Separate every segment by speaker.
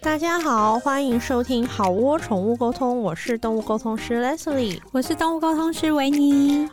Speaker 1: 大家好，欢迎收听好窝宠物沟通，我是动物沟通师 Leslie。
Speaker 2: 我是动物沟通师维尼。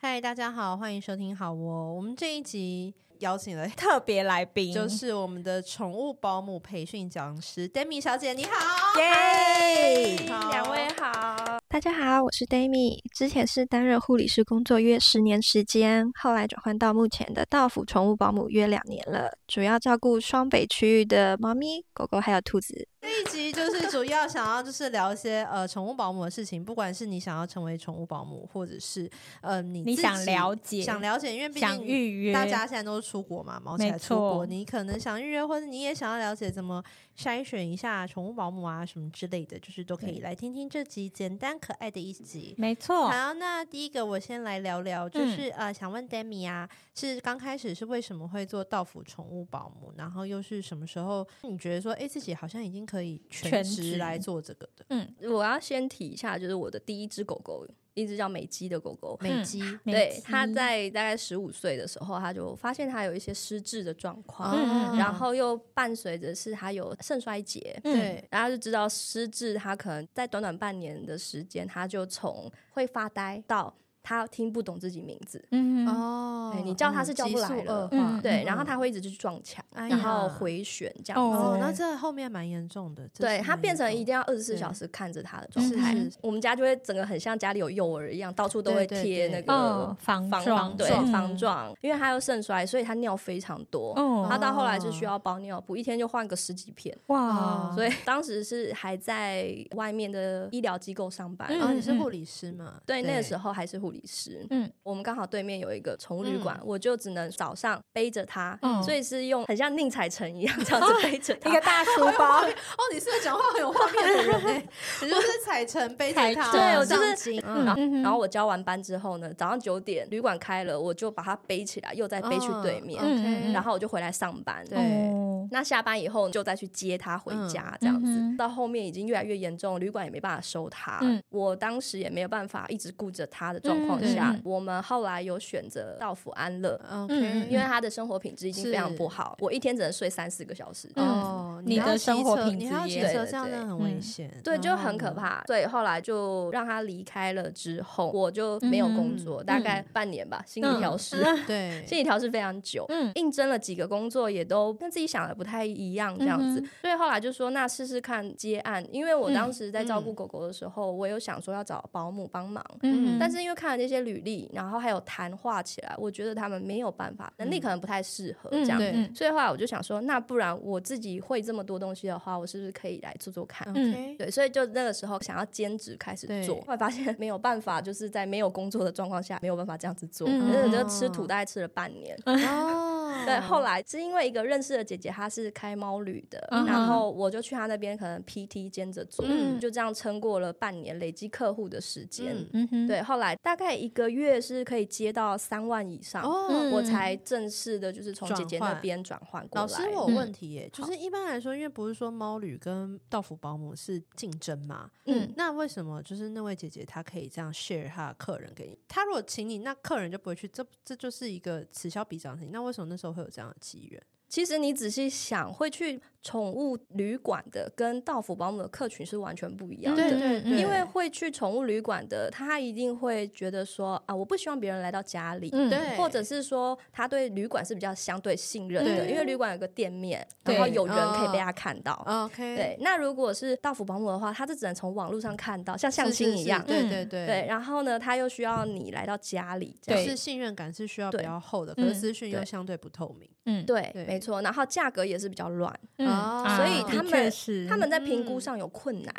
Speaker 1: 嗨，大家好，欢迎收听好窝。我们这一集邀请了
Speaker 3: 特别来宾，
Speaker 1: 就是我们的宠物保姆培训讲师 Demi 小姐，你好。
Speaker 3: 耶，
Speaker 1: 好
Speaker 3: 两位好，
Speaker 4: 大家好，我是 Dami，之前是担任护理师工作约十年时间，后来转换到目前的道府宠物保姆约两年了，主要照顾双北区域的猫咪、狗狗还有兔子。
Speaker 1: 这一集就是主要想要就是聊一些呃宠物保姆的事情，不管是你想要成为宠物保姆，或者是呃你
Speaker 2: 你
Speaker 1: 自
Speaker 2: 想
Speaker 1: 己
Speaker 2: 了解
Speaker 1: 想了解，因为毕
Speaker 2: 想
Speaker 1: 竟
Speaker 2: 预约，
Speaker 1: 大家现在都是出国嘛，毛起来
Speaker 2: 没
Speaker 1: 出国，
Speaker 2: 错
Speaker 1: 你可能想预约，或者你也想要了解怎么筛选一下宠物保姆啊什么之类的，就是都可以
Speaker 2: 对
Speaker 1: 来听听这集简单可爱的一集。
Speaker 2: 没错，嗯
Speaker 1: 好，那第一个我先来聊聊，就是、呃，想问 Demi 啊，是刚开始是为什么会做到府宠物保姆，然后又是什么时候你觉得说，哎、自己好像已经可以全
Speaker 2: 全
Speaker 1: 职
Speaker 2: 职
Speaker 1: 来做这个的？
Speaker 4: 嗯，我要先提一下，就是我的第一只狗狗，一只叫美姬的狗狗。
Speaker 1: 美
Speaker 2: 嗯
Speaker 1: 肌、
Speaker 2: 美
Speaker 4: 对
Speaker 2: 姬，
Speaker 4: 它在大概十五岁的时候，它就发现它有一些失智的状况，
Speaker 1: 嗯
Speaker 4: 然后又伴随着是它有肾衰竭，
Speaker 2: 嗯
Speaker 1: 对，
Speaker 4: 然后就知道失智，他可能在短短半年的时间，他就从会发呆到他听不懂自己名字，
Speaker 2: 嗯哼
Speaker 1: 哦
Speaker 4: 哎对你叫它是叫不来
Speaker 1: 急速
Speaker 4: 了
Speaker 1: 恶化
Speaker 2: 嗯
Speaker 4: 对，然后他会一直去撞墙，
Speaker 1: 哎呀
Speaker 4: 然后回旋这样子。
Speaker 1: 哦
Speaker 2: 哦，
Speaker 1: 那这后面蛮严重的，这
Speaker 4: 对
Speaker 1: 是
Speaker 4: 他
Speaker 1: 蛮
Speaker 4: 变
Speaker 1: 严
Speaker 4: 成
Speaker 1: 重
Speaker 4: 一
Speaker 1: 的
Speaker 4: 定要二十四
Speaker 1: 对嗯
Speaker 4: 小时看着他的状
Speaker 1: 是
Speaker 4: 态
Speaker 1: 是，
Speaker 4: 我们家就会整个很像家里有幼儿一样，到处都会
Speaker 1: 对对
Speaker 4: 贴
Speaker 1: 对
Speaker 4: 那
Speaker 2: 哦
Speaker 4: 个
Speaker 2: 防
Speaker 4: 防
Speaker 2: 撞
Speaker 4: 对
Speaker 2: 嗯
Speaker 4: 防撞，因为他有肾衰，所以他尿非常多，
Speaker 2: 哦
Speaker 3: 嗯
Speaker 4: 他到后来是需要包尿布，一天就换个十几片。
Speaker 2: 哇，
Speaker 4: 所以当时是还在外面的医疗机构上班，
Speaker 2: 嗯
Speaker 1: 哦，你是护理师嘛？
Speaker 4: 对，那个时
Speaker 1: 候
Speaker 4: 候还是护理师。
Speaker 2: 嗯
Speaker 4: 嗯，我们刚好对面有一个宠物旅馆，
Speaker 1: 嗯
Speaker 4: 我就只能早上背着它，
Speaker 2: 嗯
Speaker 4: 所以是用很像宁采臣一 样这样子背着它
Speaker 3: 一。个大书包，
Speaker 1: 哦，你是个讲话很有画面的人哎、 你就是彩晨背着
Speaker 2: 彩
Speaker 1: 他，
Speaker 2: 对我
Speaker 4: 就是
Speaker 1: 金，
Speaker 4: 嗯然后
Speaker 2: 嗯哼
Speaker 4: 然后我交完班之后呢，早上九点旅馆开了，我就把它背起来，又再背去对面，
Speaker 2: 嗯嗯嗯
Speaker 4: 然后我就回来上班。
Speaker 1: 对嗯
Speaker 2: 哦
Speaker 4: 那下班以后就再去接它回家，这样子、
Speaker 2: 嗯哼
Speaker 4: 到后面已经越来越严重，旅馆也没办法收它。
Speaker 2: 嗯
Speaker 4: 我当时也没有办法一直顾着它的状况
Speaker 2: 嗯嗯
Speaker 4: 下，
Speaker 2: 嗯
Speaker 4: 我们后来有选择到府安乐，
Speaker 1: 哦
Speaker 2: 嗯
Speaker 1: ，OK，
Speaker 2: 嗯
Speaker 4: 因为他的生活品质已经非常
Speaker 1: 是
Speaker 4: 不好，我一天只能睡三四个小时。
Speaker 2: 嗯
Speaker 1: 哦，
Speaker 2: 你
Speaker 1: 还要
Speaker 2: 的
Speaker 1: 骑
Speaker 2: 生活
Speaker 1: 车
Speaker 2: 品
Speaker 1: 你
Speaker 2: 质
Speaker 1: 还要骑
Speaker 2: 也
Speaker 1: 车，
Speaker 4: 对
Speaker 1: 这样真
Speaker 4: 对
Speaker 1: 的很
Speaker 2: 嗯
Speaker 1: 危险，
Speaker 4: 对，就很可
Speaker 1: 哦。
Speaker 4: 怕。所以后来就让他离开了之后，我就没有
Speaker 2: 嗯
Speaker 4: 工作，大概半年吧，心理调试，
Speaker 1: 对，
Speaker 4: 心理调试非常久。
Speaker 2: 嗯
Speaker 4: 应征了几个工作，也都跟自己想的不太一样，这样子，
Speaker 2: 嗯哼
Speaker 4: 所以后来就说那试试看接案，因为我当时在照
Speaker 1: 嗯
Speaker 4: 顾狗狗的时候，我有想说要找保姆帮忙，
Speaker 2: 嗯哼，
Speaker 4: 但是因为看了这些履历，然后还有谈话起来，我觉得他们没有办法，能力可能不太适合这样。
Speaker 1: 对
Speaker 2: 嗯
Speaker 4: 所以后来我就想说，那不然我自己会这么多东西的话，我是不是可以来做做看？
Speaker 1: OK，
Speaker 4: 对，所以就那个时候想要兼职开始
Speaker 1: 对
Speaker 4: 做，后来发现没有办法，就是在没有工作的状况下没有办法这样子做，
Speaker 2: 嗯
Speaker 4: 真的就吃土大概吃了半年。
Speaker 1: 哦，
Speaker 4: 对，后来是因为一个认识的姐姐，她是开猫旅的，
Speaker 2: 嗯哼
Speaker 4: 然后我就去她那边可能 PT 兼着做，
Speaker 1: 嗯
Speaker 4: 就这样撑过了半年，累积客户的时间。
Speaker 1: 嗯
Speaker 2: 嗯哼，
Speaker 4: 对，后来大概一个月是可以接到三万以上，
Speaker 1: 哦，
Speaker 4: 我才正式的就是从姐姐
Speaker 1: 转
Speaker 4: 那
Speaker 1: 换
Speaker 4: 边转换过来。
Speaker 1: 老师，我有
Speaker 2: 嗯
Speaker 1: 问题耶，就是一般来说，因为不是说猫旅跟道府保姆是竞争嘛，
Speaker 4: 嗯，
Speaker 1: 那为什么就是那位姐姐她可以这样 share 她的客人给你？她如果请你，那客人就不会去，这这就是一个此消彼长的事情。那为什么那时候会有这样的机缘？
Speaker 4: 其实你仔细想，会去宠物旅馆的跟到府保姆的客群是完全不一样
Speaker 2: 对
Speaker 4: 的。
Speaker 2: 对对
Speaker 4: 嗯因为会去宠物旅馆的，他一定会觉得说啊，我不希望别人来到家里，
Speaker 2: 嗯
Speaker 1: 对
Speaker 4: 或者是说他对旅馆是比较相对信任的，
Speaker 1: 对
Speaker 4: 因为旅馆有个店面，
Speaker 2: 对
Speaker 4: 然后有人可以被
Speaker 1: 哦
Speaker 4: 他看到。
Speaker 1: OK，
Speaker 4: 对，那如果是到府保姆的话，他就只能从网络上看到，像相
Speaker 1: 是
Speaker 4: 亲
Speaker 1: 是
Speaker 4: 一样。
Speaker 1: 是对
Speaker 2: 嗯
Speaker 1: 对对
Speaker 4: 对，然后呢，他又需要你来到家里，这
Speaker 1: 就
Speaker 4: 样
Speaker 2: 对
Speaker 1: 是信任感是需要比
Speaker 4: 对
Speaker 1: 较厚的，可是
Speaker 2: 嗯
Speaker 1: 资讯又
Speaker 4: 对
Speaker 1: 相对不透明。
Speaker 2: 嗯
Speaker 4: 对，
Speaker 1: 对
Speaker 4: 没错。然后价格也是比较乱，
Speaker 2: 嗯
Speaker 1: 哦
Speaker 2: 啊
Speaker 4: 所以他
Speaker 2: 的
Speaker 4: 们
Speaker 2: 确是
Speaker 4: 他们在评估
Speaker 1: 嗯
Speaker 4: 上有困难，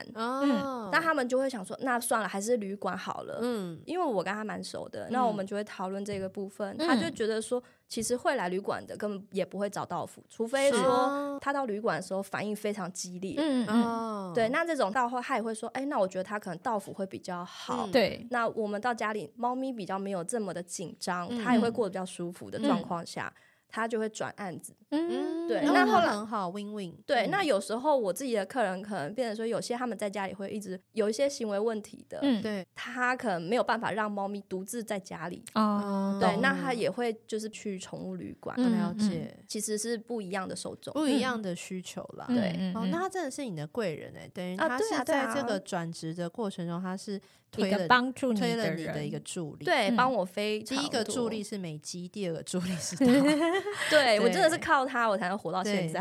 Speaker 1: 哦
Speaker 4: 那他们就会想说，那算了，还是旅馆好了。
Speaker 1: 嗯
Speaker 4: 因为我跟他蛮熟的，那我们就会讨论这个部分。他
Speaker 1: 嗯
Speaker 4: 就觉得说，其实会来旅馆的根本也不会找到府，除非
Speaker 1: 是
Speaker 4: 说他到旅馆的时候反应非常激烈。
Speaker 2: 嗯嗯
Speaker 1: 哦
Speaker 4: 对，那这种到后他也会说，哎，那我觉得他可能到府会比较好。
Speaker 1: 嗯
Speaker 2: 对
Speaker 4: 那我们到家里，猫咪比较没有这么的紧张，
Speaker 1: 嗯
Speaker 4: 它也会过得比较舒服的状况下，他就会转案子。
Speaker 1: 嗯，
Speaker 4: 对
Speaker 1: 然
Speaker 4: 那后
Speaker 1: 他
Speaker 4: 来
Speaker 1: 很好，win win。
Speaker 4: 对，那
Speaker 1: 嗯
Speaker 4: 有时候我自己的客人可能变成说，有些他们在家里会一直有一些行为问题的，
Speaker 3: 嗯
Speaker 1: 对
Speaker 4: 他可能没有办法让猫咪独自在家里，
Speaker 3: 哦，
Speaker 4: 对，
Speaker 1: 懂
Speaker 4: 那他也会就是去宠物旅馆，
Speaker 3: 嗯
Speaker 1: 了解，
Speaker 4: 其实是不一样的受众。
Speaker 1: 不一样的需求啦。
Speaker 4: 对
Speaker 3: 嗯
Speaker 1: 哦，那他真的是你的贵人哎，等于
Speaker 4: 啊
Speaker 1: 他
Speaker 4: 对啊
Speaker 1: 是
Speaker 4: 对
Speaker 1: 在
Speaker 4: 啊
Speaker 1: 这个转职的过程中，他是推
Speaker 3: 一
Speaker 1: 了
Speaker 3: 个帮助你
Speaker 1: 推了
Speaker 3: 的
Speaker 1: 你的
Speaker 3: 人
Speaker 1: 一个助力。，
Speaker 4: 对，
Speaker 3: 嗯
Speaker 4: 帮我非
Speaker 1: 第
Speaker 4: 常
Speaker 1: 一个助
Speaker 4: 多
Speaker 1: 力，是美肌，第二个助力 是他。
Speaker 4: 对我真的是
Speaker 1: 对
Speaker 4: 靠他，我才能活到现
Speaker 1: 对
Speaker 4: 在。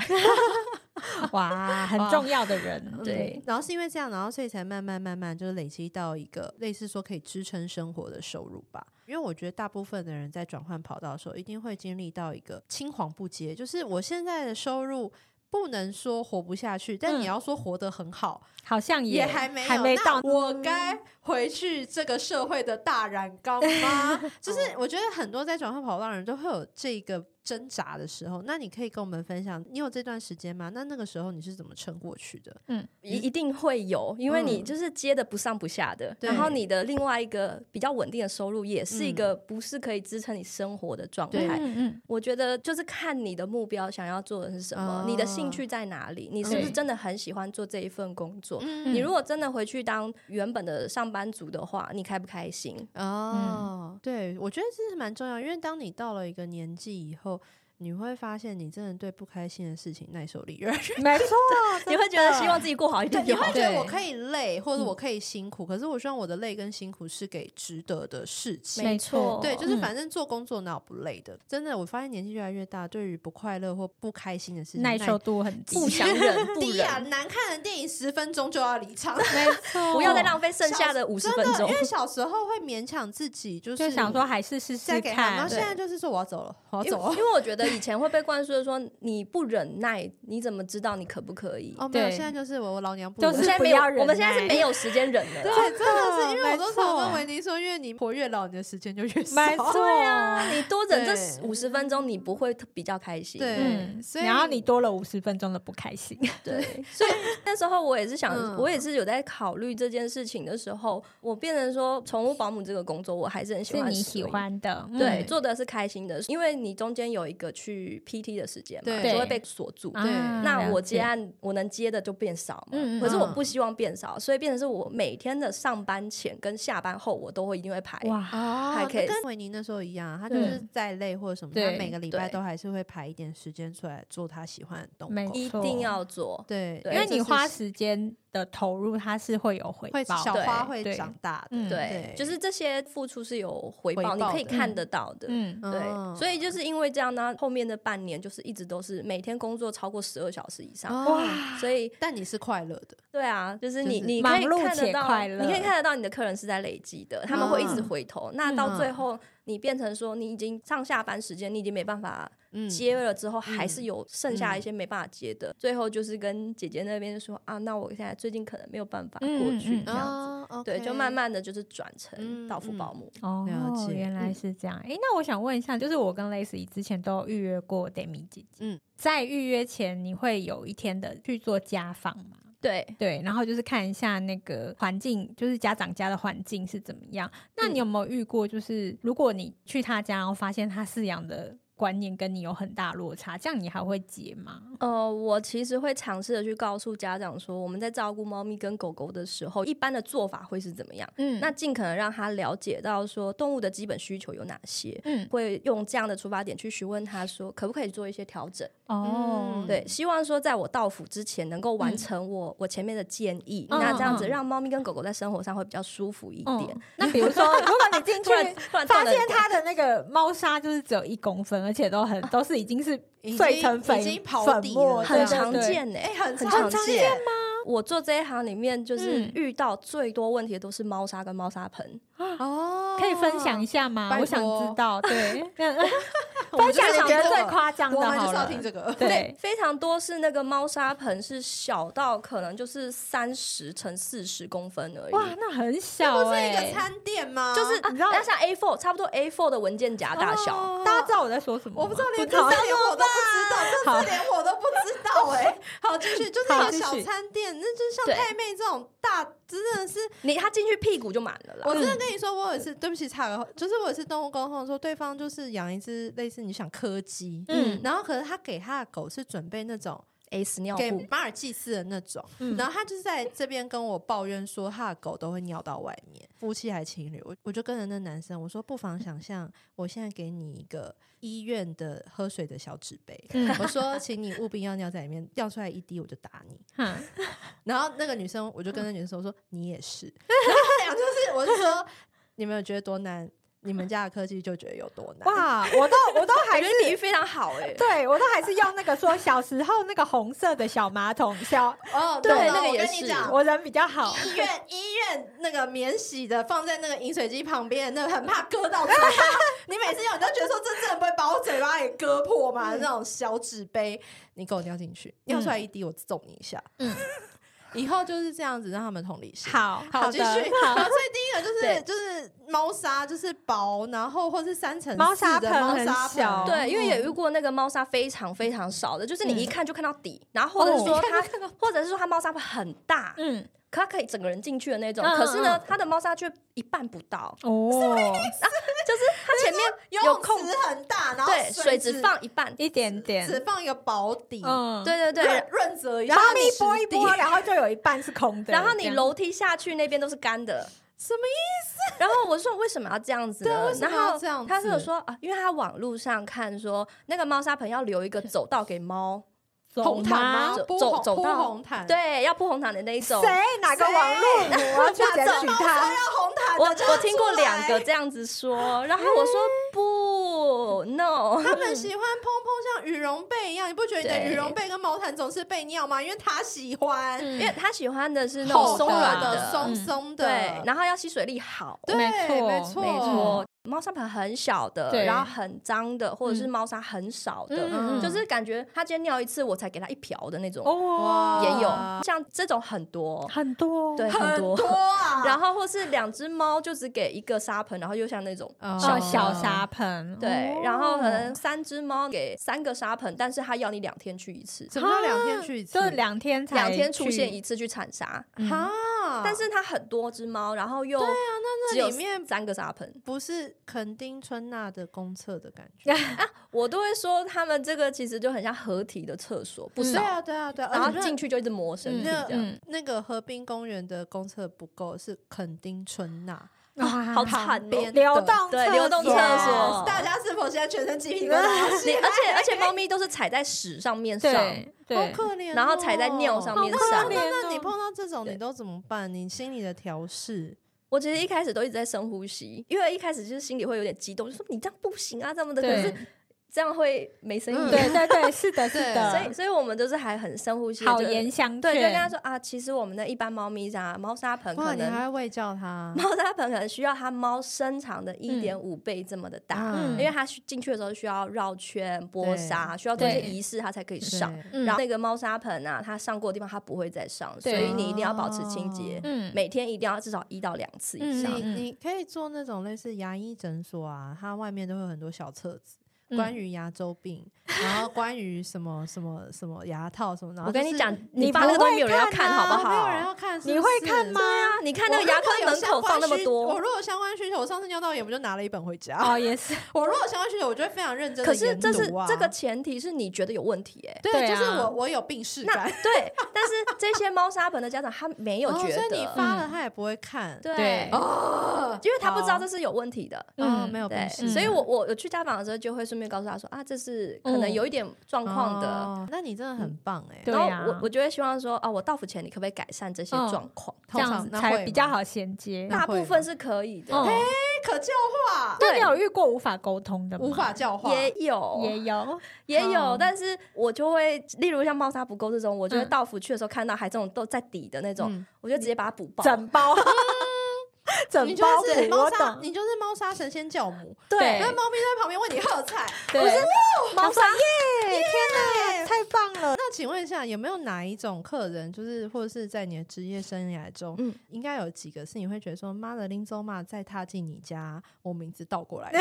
Speaker 3: 哇，很
Speaker 1: 哇
Speaker 3: 重要的
Speaker 1: 嗯
Speaker 3: 人，
Speaker 4: 对
Speaker 1: 然后是因为这样，然后所以才慢慢慢慢就是累积到一个类似说可以支撑生活的收入吧。因为我觉得大部分的人在转换跑道的时候，一定会经历到一个青黄不接，就是我现在的收入。不能说活不下去，但
Speaker 3: 嗯
Speaker 1: 你要说活得很好，
Speaker 3: 好像
Speaker 1: 也还
Speaker 3: 还
Speaker 1: 没有
Speaker 3: 还没
Speaker 1: 那
Speaker 3: 到嗯
Speaker 1: 我该回去这个社会的大染缸吗？ 就是
Speaker 3: 哦
Speaker 1: 我觉得很多在转换跑道的人都会有这个挣扎的时候。那你可以跟我们分享，你有这段时间吗？那那个时候你是怎么撑过去的？
Speaker 4: 一一定会有，因为你
Speaker 1: 嗯
Speaker 4: 就是接的不上不下的，
Speaker 1: 对
Speaker 4: 然后你的另外一个比较稳定的收入，也是一
Speaker 1: 嗯
Speaker 4: 个不是可以支撑你生活的状
Speaker 1: 对
Speaker 4: 态。
Speaker 3: 嗯嗯，
Speaker 4: 我觉得就是看你的目标想要做的是什
Speaker 1: 哦
Speaker 4: 么，你的兴趣在哪里，你是不是
Speaker 3: 对
Speaker 4: 真的很喜欢做这一份工作？
Speaker 1: 嗯
Speaker 4: 你如果真的回去当原本的上班族的话，你开不开心？
Speaker 1: 哦，对，我觉得这是蛮重要，因为当你到了一个年纪以后。你会发现，你真的对不开心的事情耐受力越来越
Speaker 3: 没错，
Speaker 4: 你会觉得希望自己过好一点
Speaker 1: 你
Speaker 4: 就
Speaker 1: 会
Speaker 4: 好。
Speaker 1: 觉得
Speaker 3: 对
Speaker 1: 我可以累，或者我可以辛苦，可是我希望我的累跟辛苦是给值得的事情。
Speaker 4: 没错，
Speaker 1: 对，就是
Speaker 3: 嗯
Speaker 1: 反正做工作哪有不累的？真的，我发现年纪越来越大，对于不快乐或不开心的事情
Speaker 3: 耐受度很低，
Speaker 4: 不想忍，不
Speaker 1: 低啊，
Speaker 4: 忍，
Speaker 1: 难看的电影十分钟就要离场，
Speaker 4: 不要再浪费剩下的五十分
Speaker 1: 真
Speaker 4: 钟
Speaker 1: 的因。为 小时候会勉强自己，就是
Speaker 3: 就想说还是试
Speaker 1: 再
Speaker 3: 试
Speaker 1: 给他，然
Speaker 3: 看
Speaker 1: 后，现在就是说我要走了，我要
Speaker 4: 因为
Speaker 1: 走了。
Speaker 4: 因为我觉得以前会被灌输的说，你不忍耐，你怎么知道你可不可以？
Speaker 1: 哦，没有，
Speaker 3: 对
Speaker 1: 现在就是我我老娘不
Speaker 3: 就
Speaker 4: 我
Speaker 1: 忍
Speaker 4: 们
Speaker 3: 是
Speaker 4: 现在
Speaker 3: 不
Speaker 4: 没有，
Speaker 3: 要忍
Speaker 4: 我们现在是
Speaker 3: 耐
Speaker 4: 没有时间忍 了啦。
Speaker 1: 对，真的是因为我都常跟
Speaker 3: 没错
Speaker 1: 维尼说，因为你活越老，你的时间就越少。
Speaker 3: 没错啊，
Speaker 4: 你多忍这
Speaker 1: 对
Speaker 4: 五十分钟，你不会特比较开心。
Speaker 1: 对
Speaker 3: 嗯
Speaker 1: 所以
Speaker 3: 然后你多了五十分钟的不开心，
Speaker 4: 对，所 以那时候我也是想，
Speaker 1: 嗯
Speaker 4: 我也是有在考虑这件事情的时候，我变成说，宠物保姆这个工作，我还是很喜
Speaker 3: 是
Speaker 4: 欢，
Speaker 3: 你喜。欢的，嗯
Speaker 4: 对，做的是开心的，因为你中间有一个去 PT 的时间嘛，
Speaker 1: 对
Speaker 4: 就会被锁住。
Speaker 1: 对
Speaker 3: 啊
Speaker 4: 那我
Speaker 3: 了解
Speaker 4: 接案，我能接的就变少嘛。
Speaker 3: 嗯嗯
Speaker 4: 可是我
Speaker 1: 嗯
Speaker 4: 不希望变少，所以变成是我每天的上班前跟下班后，我都会一定会排。
Speaker 3: 哇，
Speaker 1: 哦，
Speaker 4: 还可以
Speaker 1: 跟维尼那时候一样啊，他就是再累或者什么，他
Speaker 3: 对
Speaker 1: 每个礼拜
Speaker 4: 对
Speaker 1: 都还是会排一点时间出来做他喜欢的动
Speaker 3: 没
Speaker 1: 物。
Speaker 4: 一
Speaker 3: 错
Speaker 4: 定要做。
Speaker 1: 对，
Speaker 4: 对
Speaker 3: 因为
Speaker 4: 这
Speaker 3: 你
Speaker 4: 是
Speaker 3: 花时间的投入，它是会有回
Speaker 1: 会
Speaker 3: 报
Speaker 1: 小
Speaker 3: 的，
Speaker 1: 花
Speaker 4: 对
Speaker 1: 会
Speaker 3: 对
Speaker 1: 长大的，
Speaker 3: 嗯
Speaker 4: 对，就是这些付出是有回报，
Speaker 1: 回
Speaker 4: 你
Speaker 1: 报
Speaker 4: 可以
Speaker 1: 的
Speaker 4: 看得到的。
Speaker 3: 嗯，
Speaker 1: 嗯
Speaker 4: 对，所以就是因为这样呢，后面的半年就是一直都是每天工作超过十二小时以
Speaker 3: 哦
Speaker 1: 哦
Speaker 4: 上，
Speaker 1: 哇！
Speaker 4: 所以
Speaker 1: 但你是快乐的，
Speaker 4: 对啊，就是你
Speaker 1: 就是
Speaker 4: 你可
Speaker 3: 忙
Speaker 4: 以
Speaker 3: 碌
Speaker 4: 看得
Speaker 3: 且
Speaker 4: 到
Speaker 3: 快，乐
Speaker 4: 你可以看得到你的客人是在累积的，他们会一直
Speaker 1: 嗯
Speaker 4: 回头。
Speaker 3: 嗯
Speaker 4: 那到最后，你变成说你已经上下班时间，你已经没办法
Speaker 1: 嗯，
Speaker 4: 接了之后，还
Speaker 1: 嗯
Speaker 4: 是有剩下一些没办法接的。最后就是跟姐姐那边说啊，那我现在最近可能没有办法
Speaker 3: 嗯
Speaker 4: 过去
Speaker 3: 嗯
Speaker 4: 这样子。
Speaker 1: 哦，OK
Speaker 4: 对，就慢慢的就是转
Speaker 1: 嗯
Speaker 4: 成到付
Speaker 1: 嗯
Speaker 4: 保姆。
Speaker 3: 哦
Speaker 1: 了解
Speaker 3: 原
Speaker 4: 嗯
Speaker 3: 来是这样。哎、那我想问一下，就是我跟 Lacy 之前都有预约过 Demi 姐姐，
Speaker 1: 嗯
Speaker 3: 嗯，在预约前你会有一天的去做家访吗？
Speaker 4: 对，
Speaker 3: 对，然后就是看一下那个环境，就是家长家的环境是怎么样。那
Speaker 1: 嗯
Speaker 3: 你有没有遇过，就是如果你去他家，然后发现他饲养的观念跟你有很大落差，这样你还会接吗？
Speaker 4: 呃，我其实会尝试的去告诉家长说，我们在照顾猫咪跟狗狗的时候，一般的做法会是怎么样？
Speaker 3: 嗯
Speaker 4: 那尽可能让他了解到说动物的基本需求有哪些，
Speaker 3: 嗯
Speaker 4: 会用这样的出发点去询问他说，可不可以做一些调整？
Speaker 1: 嗯
Speaker 3: 哦，
Speaker 4: 对，希望说在我到府之前能够完
Speaker 3: 嗯
Speaker 4: 成我、我前面的建议，
Speaker 3: 嗯
Speaker 4: 那这
Speaker 3: 嗯
Speaker 4: 样子
Speaker 3: 嗯
Speaker 4: 让猫咪跟狗狗在生活上会比较舒服一
Speaker 3: 嗯
Speaker 4: 点。哦
Speaker 3: 那比 如说，如果你 进去
Speaker 4: 突然突然
Speaker 3: 发
Speaker 4: 断了
Speaker 3: 现它的那个猫砂就是只有一公分，而且都很都是已经是
Speaker 1: 啊已经
Speaker 3: 碎成粉
Speaker 1: 已经刨底
Speaker 3: 粉末
Speaker 1: 了，
Speaker 3: 对啊
Speaker 4: 很
Speaker 3: 对
Speaker 4: 常
Speaker 3: 对
Speaker 4: 见呢、欸
Speaker 1: 哎，很
Speaker 4: 很
Speaker 1: 常
Speaker 4: 常
Speaker 1: 见
Speaker 4: 吗？我做这一行里面，就是
Speaker 3: 嗯
Speaker 4: 遇到最多问题的都是猫砂跟猫砂盆。
Speaker 1: 哦，
Speaker 3: 可以分享一下吗？
Speaker 1: 拜
Speaker 3: 我想
Speaker 1: 托
Speaker 3: 知道， 对，
Speaker 1: 我们就
Speaker 3: 分享
Speaker 1: 是
Speaker 3: 你
Speaker 1: 想
Speaker 3: 觉得
Speaker 1: 这
Speaker 3: 最
Speaker 1: 个
Speaker 3: 夸张的
Speaker 1: 哦我们就
Speaker 3: 好
Speaker 1: 是要
Speaker 3: 了
Speaker 1: 听，这个，
Speaker 3: 对，
Speaker 4: 非常多是那个猫砂盆是小到可能就是三十乘四十公分而已。
Speaker 3: 哇，那很
Speaker 1: 不
Speaker 3: 小
Speaker 1: 是一
Speaker 3: 哎、
Speaker 1: 个餐店吗？
Speaker 4: 就是
Speaker 3: 你知道
Speaker 4: 那像 A4 差不多 A4 的文件夹大小，
Speaker 3: 哦大家知道我在说什么吗？
Speaker 1: 我不知道，连
Speaker 3: 不
Speaker 1: 这
Speaker 3: 知道
Speaker 1: 连我都不知道，
Speaker 3: 好
Speaker 1: 这连我都不知道，
Speaker 4: 到哎、好，继续就那
Speaker 3: 好
Speaker 4: 种
Speaker 3: 继
Speaker 4: 小
Speaker 3: 续
Speaker 4: 餐店，那就像
Speaker 2: 对
Speaker 4: 太妹这种大，真的是
Speaker 2: 你他进去屁股就满了啦。
Speaker 4: 我真的跟你说，我有一次，对不起，差个，就是我有一次动物沟通的时候，对方就是养一只类似你想柯基，
Speaker 2: 嗯
Speaker 4: 然后可是他给他的狗是准备那种
Speaker 2: S 尿
Speaker 4: 给
Speaker 2: 布，
Speaker 4: 马尔济斯的那种，
Speaker 3: 嗯
Speaker 4: 然后他就是在这边跟我抱怨说他的狗都会尿到外面，夫妻还情侣，我我就跟着那男生我说，不妨想象我现在给你一个医院的喝水的小纸 杯，
Speaker 3: 嗯
Speaker 4: 我说请你务必要尿在里面，掉出来一滴我就打你，
Speaker 3: 哼
Speaker 4: 然后那个女生，我就跟那女生说：“我说你也是。” 然后他俩就是，我就说：“你们有觉得多难？你们家的科技就觉得有多难？”
Speaker 3: 哇，我都我都还
Speaker 2: 感
Speaker 3: 是
Speaker 2: 觉比喻非常好哎、
Speaker 3: 对我都还是用那个说小时候那个红色的小马桶小，
Speaker 4: 哦，
Speaker 2: 对
Speaker 4: 懂了
Speaker 2: 那个
Speaker 4: 我
Speaker 2: 也
Speaker 4: 跟你
Speaker 2: 是
Speaker 4: 讲
Speaker 3: 我人比较好。
Speaker 4: 医 院医院那个免洗的放在那个饮水机旁边，那个很怕割到嘴 巴。你每次用，你都觉得说这真的不会把我嘴巴给割破吗？那种小纸杯，你给我尿进去，尿出来一滴，我揍你一下。嗯
Speaker 3: 嗯，
Speaker 4: 以后就是这样子，让他们同理心。
Speaker 3: 好
Speaker 4: 好，
Speaker 3: 好
Speaker 4: 继
Speaker 3: 的
Speaker 4: 续。好，
Speaker 3: 好
Speaker 4: 所以第一个就是
Speaker 2: 对
Speaker 4: 就是猫砂，就是薄，然后或是三层
Speaker 3: 猫砂
Speaker 4: 四的
Speaker 3: 盆
Speaker 4: 猫
Speaker 3: 很
Speaker 4: 砂
Speaker 3: 小
Speaker 4: 盆
Speaker 2: 对，因为也遇过那个猫砂非常非常少的，就是你
Speaker 4: 嗯
Speaker 2: 一看就看到底，然后或者是
Speaker 4: 哦
Speaker 2: 说它，或者是说它猫砂会很大，
Speaker 3: 嗯，
Speaker 2: 可它可以整个人进去的那种，
Speaker 3: 嗯
Speaker 2: 可是呢
Speaker 3: 嗯嗯，
Speaker 2: 它的猫砂却一半不到，
Speaker 3: 哦，
Speaker 2: 就是它前面有
Speaker 4: 游
Speaker 2: 空
Speaker 4: 泳池很大，然后
Speaker 2: 对水只放一半，
Speaker 3: 一点点，
Speaker 4: 只放一个薄底，
Speaker 3: 嗯，
Speaker 2: 对对对
Speaker 4: 润，润泽一下
Speaker 3: 然后
Speaker 4: 你
Speaker 3: 你
Speaker 4: 实
Speaker 3: 拨一
Speaker 4: 地
Speaker 3: 拨，然后就有一半是空的，
Speaker 2: 然后
Speaker 3: 这
Speaker 2: 你
Speaker 3: 样
Speaker 2: 楼梯下去那边都是干的，
Speaker 4: 什么意
Speaker 2: 然后我说为什么要这样子
Speaker 4: 对啊
Speaker 2: 呢
Speaker 4: 为？什么
Speaker 2: 然
Speaker 4: 要
Speaker 2: 后
Speaker 4: 这样
Speaker 2: 他是有
Speaker 4: 子
Speaker 2: 说啊，因为他网络上看说那个猫砂盆要留一个走道给猫，
Speaker 3: 走
Speaker 4: 红毯吗？
Speaker 2: 走
Speaker 4: 铺
Speaker 2: 走
Speaker 4: 红
Speaker 2: 走
Speaker 4: 铺
Speaker 2: 到
Speaker 4: 红毯，
Speaker 2: 对，要铺红毯的那一种。
Speaker 3: 谁哪个网络奴我要去检
Speaker 4: 哪
Speaker 3: 举
Speaker 4: 种猫砂
Speaker 3: 他？
Speaker 4: 要红毯的
Speaker 2: 我
Speaker 4: 就要
Speaker 2: 我听过
Speaker 4: 出来嗯
Speaker 2: 两个这样子说，然后我说不，no，
Speaker 4: 他们喜欢蓬蓬像羽绒被一样，你不觉得你的
Speaker 2: 对
Speaker 4: 羽绒被跟毛毯总是被尿吗？因为他喜欢
Speaker 2: 因为他喜欢的嗯是那
Speaker 4: 厚
Speaker 2: 种
Speaker 4: 的
Speaker 2: 松软
Speaker 4: 的、松
Speaker 3: 嗯
Speaker 4: 松的，
Speaker 2: 对，然后要吸水力好，
Speaker 4: 对，哦
Speaker 3: 没错
Speaker 4: 没错，
Speaker 2: 没错。猫砂盆很小的，
Speaker 3: 对
Speaker 2: 然后很脏的，或者是
Speaker 3: 嗯
Speaker 2: 猫砂很少
Speaker 3: 嗯
Speaker 2: 的，
Speaker 3: 嗯嗯
Speaker 2: 就是感觉它今天尿一次，我才给它一瓢的那种。
Speaker 3: 哦
Speaker 2: 也有，像这种很多，
Speaker 3: 很多，
Speaker 2: 对，
Speaker 4: 很
Speaker 2: 多。
Speaker 4: 啊。
Speaker 2: 然后或是两只猫就只给一个沙盆，然后又像那种。
Speaker 4: 哦
Speaker 3: 哦，小沙盆，
Speaker 2: 对
Speaker 3: 哦，
Speaker 2: 然后可能三只猫给三个沙盆，但是它要你两天去一次，
Speaker 4: 什么叫两天去一次？
Speaker 3: 就两天才
Speaker 2: 啊两天出现
Speaker 3: 去
Speaker 2: 一次去铲沙。
Speaker 4: 哈，
Speaker 2: 但是它很多只猫，然后又
Speaker 4: 嗯对啊，那
Speaker 2: 只
Speaker 4: 那
Speaker 2: 有
Speaker 4: 里面
Speaker 2: 三个沙盆，
Speaker 4: 不是垦丁春娜的公厕的感 觉，
Speaker 2: 我都会说它们这个其实就很像合体的厕所，不
Speaker 4: 对
Speaker 2: 少。
Speaker 4: 啊，对啊，对啊，
Speaker 2: 然
Speaker 4: 而
Speaker 2: 后
Speaker 4: 且嗯
Speaker 2: 进去就一直磨身体
Speaker 4: 那
Speaker 2: 这样，
Speaker 4: 那那个河滨公园的公厕不够，是垦丁春娜
Speaker 3: 哇，
Speaker 2: 好惨哦。
Speaker 4: 边
Speaker 3: 流
Speaker 4: 的
Speaker 3: 动
Speaker 2: 对流动厕所
Speaker 4: 大家是否现在全身鸡皮疙瘩
Speaker 2: 你而且而且猫咪都是踩在屎上面上，
Speaker 3: 对
Speaker 4: 好
Speaker 3: 对，
Speaker 4: 可怜哦，
Speaker 2: 然后踩在尿上面
Speaker 3: 好
Speaker 2: 上
Speaker 3: 可
Speaker 4: 那。
Speaker 3: 怜
Speaker 4: 那那
Speaker 3: 哦
Speaker 4: 你碰到这种，
Speaker 2: 对
Speaker 4: 你都怎么办？你心里的调试，
Speaker 2: 我其实一开始都一直在深呼吸，因为一开始就是心里会有点激动，就说你这样不行啊，这么的，可
Speaker 3: 对
Speaker 2: 是这样会没声音。
Speaker 4: 嗯
Speaker 3: 对对对，是的，是
Speaker 4: 对
Speaker 3: 的，
Speaker 2: 所以所以我们就是还很深呼吸，
Speaker 3: 好
Speaker 2: 就
Speaker 3: 言相
Speaker 2: 对，就跟他
Speaker 3: 劝，
Speaker 2: 说啊，其实我们的一般猫咪啊，猫砂盆
Speaker 4: 哇，
Speaker 2: 可
Speaker 4: 你
Speaker 2: 能
Speaker 4: 还会喂 教它，
Speaker 2: 猫砂盆可能需要它猫身长的一
Speaker 3: 嗯
Speaker 2: 点五倍这么的大，
Speaker 3: 啊
Speaker 2: 因
Speaker 4: 嗯
Speaker 2: 为它需进去的时候需要绕圈、拨沙，需要做一些
Speaker 3: 对
Speaker 2: 仪式，它才可以
Speaker 4: 对
Speaker 2: 上。
Speaker 3: 嗯
Speaker 2: 然后那个猫砂盆啊，它上过的地方它不会再上，所
Speaker 3: 对
Speaker 2: 以你一定要保持清洁，
Speaker 3: 嗯，
Speaker 2: 每天一定要至少一到两次以
Speaker 3: 嗯
Speaker 2: 上。
Speaker 4: 你你可以做那种类似牙医诊所啊，它外面都会有很多小册子。
Speaker 3: 嗯
Speaker 4: 关于牙周病，然后关于什么什么什么牙套什么，然后
Speaker 2: 我跟
Speaker 4: 就
Speaker 2: 你
Speaker 4: 是
Speaker 2: 讲，
Speaker 3: 你
Speaker 2: 你发
Speaker 3: 不
Speaker 2: 那个东西
Speaker 3: 会
Speaker 2: 没有人要
Speaker 3: 看
Speaker 2: 看，
Speaker 3: 啊
Speaker 2: 好不
Speaker 4: 没有人
Speaker 2: 好？
Speaker 4: 要看，
Speaker 3: 你会看吗？
Speaker 2: 啊，你看那
Speaker 4: 我
Speaker 2: 个
Speaker 4: 如
Speaker 2: 牙
Speaker 4: 果
Speaker 2: 科
Speaker 4: 有
Speaker 2: 门
Speaker 4: 相
Speaker 2: 口
Speaker 4: 关
Speaker 2: 放那么
Speaker 4: 需我
Speaker 2: 多，
Speaker 4: 如果有相关需求，我上次尿道炎不就拿了一本回家？
Speaker 3: 哦也 是，
Speaker 4: 我如果有相关需求，我就会非常认真
Speaker 2: 可
Speaker 4: 的
Speaker 2: 是
Speaker 4: 研
Speaker 2: 这是
Speaker 4: 读啊。
Speaker 2: 这个前提是你觉得有问题哎、
Speaker 4: 对，
Speaker 3: 对
Speaker 4: 就是
Speaker 3: 啊
Speaker 4: 我我有病逝
Speaker 2: 那
Speaker 4: 感，
Speaker 2: 对，但是这些猫砂盆的家长他没有
Speaker 4: 哦
Speaker 2: 觉
Speaker 4: 所以
Speaker 2: 得，嗯
Speaker 4: 你发了他也不会看，
Speaker 2: 对，
Speaker 3: 对
Speaker 2: 因为他不知道这是有问题的。
Speaker 4: 哦，没
Speaker 3: 有，
Speaker 4: 哦有病
Speaker 2: 嗯对
Speaker 4: 逝感，
Speaker 2: 所以我我我去家访的时候就会顺便告诉他说啊，这是可能有一点状况的，嗯
Speaker 4: 哦。那你真的很棒哎，
Speaker 3: 对
Speaker 2: 然
Speaker 3: 啊
Speaker 2: 后我我就会希望说啊，我到府前你可不可以改善这些
Speaker 3: 嗯
Speaker 2: 状况？
Speaker 3: 这
Speaker 4: 通
Speaker 3: 样
Speaker 4: 常
Speaker 3: 子
Speaker 4: 那
Speaker 3: 才
Speaker 4: 会
Speaker 3: 比较
Speaker 4: 吗，
Speaker 3: 好衔接。
Speaker 2: 大部
Speaker 4: 会吗
Speaker 2: 分是可以的，
Speaker 3: 嗯
Speaker 2: 嘿
Speaker 4: 哎可教化，
Speaker 3: 那你有遇过无法沟通的吗？
Speaker 4: 无法教化，
Speaker 2: 也有
Speaker 3: 也有，
Speaker 2: 哦也有
Speaker 4: 哦，
Speaker 2: 但是我就会，例如像猫砂不够这种，我就会
Speaker 3: 嗯
Speaker 2: 到府去的时候看到还这种都在底的那种，
Speaker 4: 嗯
Speaker 2: 我就直接把它补爆。
Speaker 3: 整包，整
Speaker 4: 你就
Speaker 3: 包
Speaker 4: 是
Speaker 3: 裹
Speaker 4: 猫
Speaker 3: 我
Speaker 4: 砂，
Speaker 3: 懂，
Speaker 4: 你就是猫砂神仙教母，
Speaker 3: 对
Speaker 4: 那猫咪在旁边为你喝彩。
Speaker 3: 对，
Speaker 4: 猫砂耶！天哪，太棒了！那请问一下，有没有哪一种客人，就是或者是在你的职业生涯中，
Speaker 2: 嗯
Speaker 4: 应该有几个是你会觉得说，妈的林州嘛，再踏进你家，我名字倒过来 的，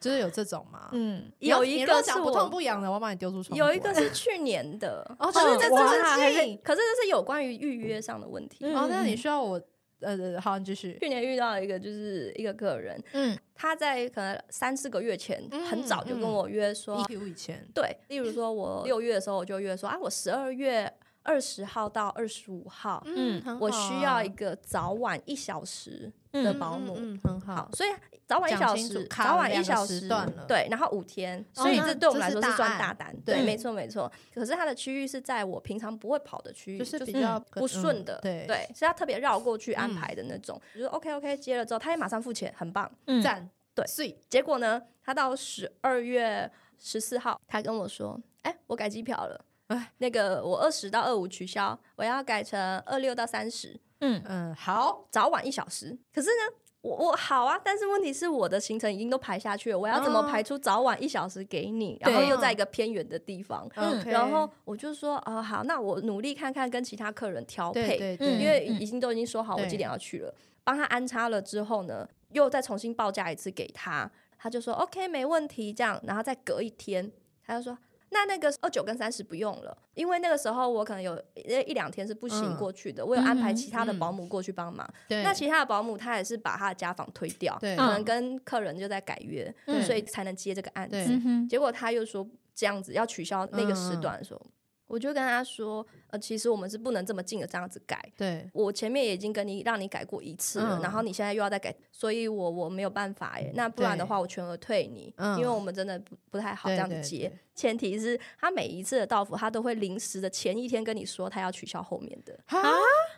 Speaker 4: 就是有这种吗？
Speaker 3: 嗯，
Speaker 4: 你要
Speaker 2: 有
Speaker 4: 你
Speaker 2: 一
Speaker 4: 如果
Speaker 2: 个是
Speaker 4: 讲不痛
Speaker 2: 我
Speaker 4: 不痒的，我把你丢出窗户啊。
Speaker 2: 有一个是去年 的，
Speaker 4: 哦，
Speaker 2: 可
Speaker 4: 就是
Speaker 2: 这这
Speaker 4: 是这这
Speaker 3: 哇
Speaker 2: 么
Speaker 4: 么近
Speaker 2: 近，可是这是有关于预约上的问题。
Speaker 3: 嗯
Speaker 4: 哦，那你需要我呃，好，你继续。
Speaker 2: 去年遇到一个就是一个个人，
Speaker 3: 嗯，
Speaker 2: 他在可能三四个月前
Speaker 4: 嗯
Speaker 2: 很早就跟我约 说，啊
Speaker 4: EQ ，E 以前，
Speaker 2: 对，例如说我六月的时候我就约说啊，我十二月二十号到二十五号，
Speaker 4: 嗯，
Speaker 3: 嗯
Speaker 4: 很
Speaker 2: 我
Speaker 4: 好
Speaker 2: 需
Speaker 4: 啊
Speaker 2: 要一个早晚一小时的
Speaker 4: 嗯
Speaker 2: 保姆。
Speaker 4: 嗯嗯很
Speaker 2: 好
Speaker 4: 好，。
Speaker 2: 所以早晚一
Speaker 4: 讲
Speaker 2: 小
Speaker 4: 清楚
Speaker 2: 时，
Speaker 4: 卡
Speaker 2: 早
Speaker 4: 了
Speaker 2: 晚
Speaker 4: 两
Speaker 2: 一
Speaker 4: 个
Speaker 2: 小
Speaker 4: 时
Speaker 2: 时
Speaker 4: 段了
Speaker 2: 对，然后五天，
Speaker 4: 哦
Speaker 2: 所以
Speaker 4: 那
Speaker 2: 这对我们
Speaker 4: 这
Speaker 2: 来
Speaker 4: 是
Speaker 2: 说是
Speaker 4: 大
Speaker 2: 算
Speaker 4: 案
Speaker 2: 大单，
Speaker 4: 对
Speaker 2: 对，没错没错。可是它的区域是在我平常不会跑的区域，
Speaker 4: 就是比
Speaker 3: 嗯
Speaker 4: 较可
Speaker 2: 不顺
Speaker 4: 嗯
Speaker 2: 的，
Speaker 4: 对嗯
Speaker 2: 对，是他特别绕过去安排的那种。就是 OK OK 接了之后，他也马上付钱，很棒。
Speaker 3: 嗯
Speaker 4: 赞，
Speaker 2: 对
Speaker 4: 碎，
Speaker 2: 结果呢，他到十二月十四号，他跟我说：“哎、我改机票了，
Speaker 4: 哎
Speaker 2: 那个我二十到二五取消，我要改成二六到三十，
Speaker 3: 嗯
Speaker 4: 嗯，好，
Speaker 2: 早晚一小时。”可是呢。我我好啊，但是问题是我的行程已经都排下去了，我要怎么
Speaker 4: 哦
Speaker 2: 排出早晚一小时给你？
Speaker 3: 对
Speaker 2: 然后又在一个偏远的地方，
Speaker 3: 嗯
Speaker 4: OK
Speaker 2: 然后我就说哦好，那我努力看看跟其他客人调配。
Speaker 4: 对对对，
Speaker 3: 嗯
Speaker 2: 因为已经都已经说好我
Speaker 4: 对
Speaker 2: 几点要去了，帮他安插了之后呢，又再重新报价一次给他，他就说 OK 没问题这样，然后再隔一天，他就说那那个二九跟三十不用了，因为那个时候我可能有一一两天是不行
Speaker 4: 嗯
Speaker 2: 过去的，我有安排
Speaker 3: 嗯
Speaker 2: 其他的
Speaker 4: 嗯
Speaker 2: 保姆过去帮忙，
Speaker 4: 对
Speaker 2: 那其他的保姆他也是把他的家访推掉，
Speaker 4: 对
Speaker 2: 可能
Speaker 3: 嗯
Speaker 2: 跟客人就在改约，
Speaker 4: 对
Speaker 2: 所以才能接这个案子
Speaker 4: 对。
Speaker 3: 嗯哼，
Speaker 2: 结果他又说这样子要取消那个时
Speaker 4: 嗯嗯
Speaker 2: 段的时候，我就跟他说，呃，其实我们是不能这么近的这样子改。
Speaker 4: 对，
Speaker 2: 我前面也已经跟你让你改过一次了，
Speaker 4: 嗯
Speaker 2: 然后你现在又要再改，所以我我没有办法耶。那不然的
Speaker 4: 对
Speaker 2: 话，我全额退你，
Speaker 4: 嗯
Speaker 2: 因为我们真的不不太好
Speaker 4: 对
Speaker 2: 这样子
Speaker 4: 对
Speaker 2: 接。
Speaker 4: 对
Speaker 2: 前提是他每一次的到付，他都会临时的前一天跟你说他要取消后面的，
Speaker 4: 啊，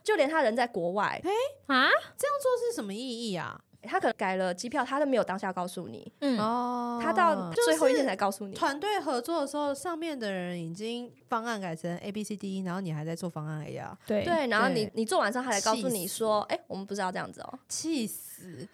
Speaker 2: 就连他人在国外，
Speaker 3: 啊，
Speaker 4: 这样做是什么意义啊？
Speaker 2: 他可能改了机票，他都没有当下告诉你，
Speaker 3: 嗯，
Speaker 4: 哦
Speaker 2: 他到
Speaker 4: 就
Speaker 2: 最后一天
Speaker 4: 是
Speaker 2: 才告诉你。
Speaker 4: 团队合作的时候，上面的人已经方案改成 A B C D E，然后你还在做方案 A 啊，
Speaker 3: 对
Speaker 2: 对，然后你
Speaker 4: 对
Speaker 2: 你做完之后，他才告
Speaker 4: 气
Speaker 2: 诉你
Speaker 4: 死
Speaker 2: 说，哎、我们不是要这样子哦、
Speaker 4: 气死！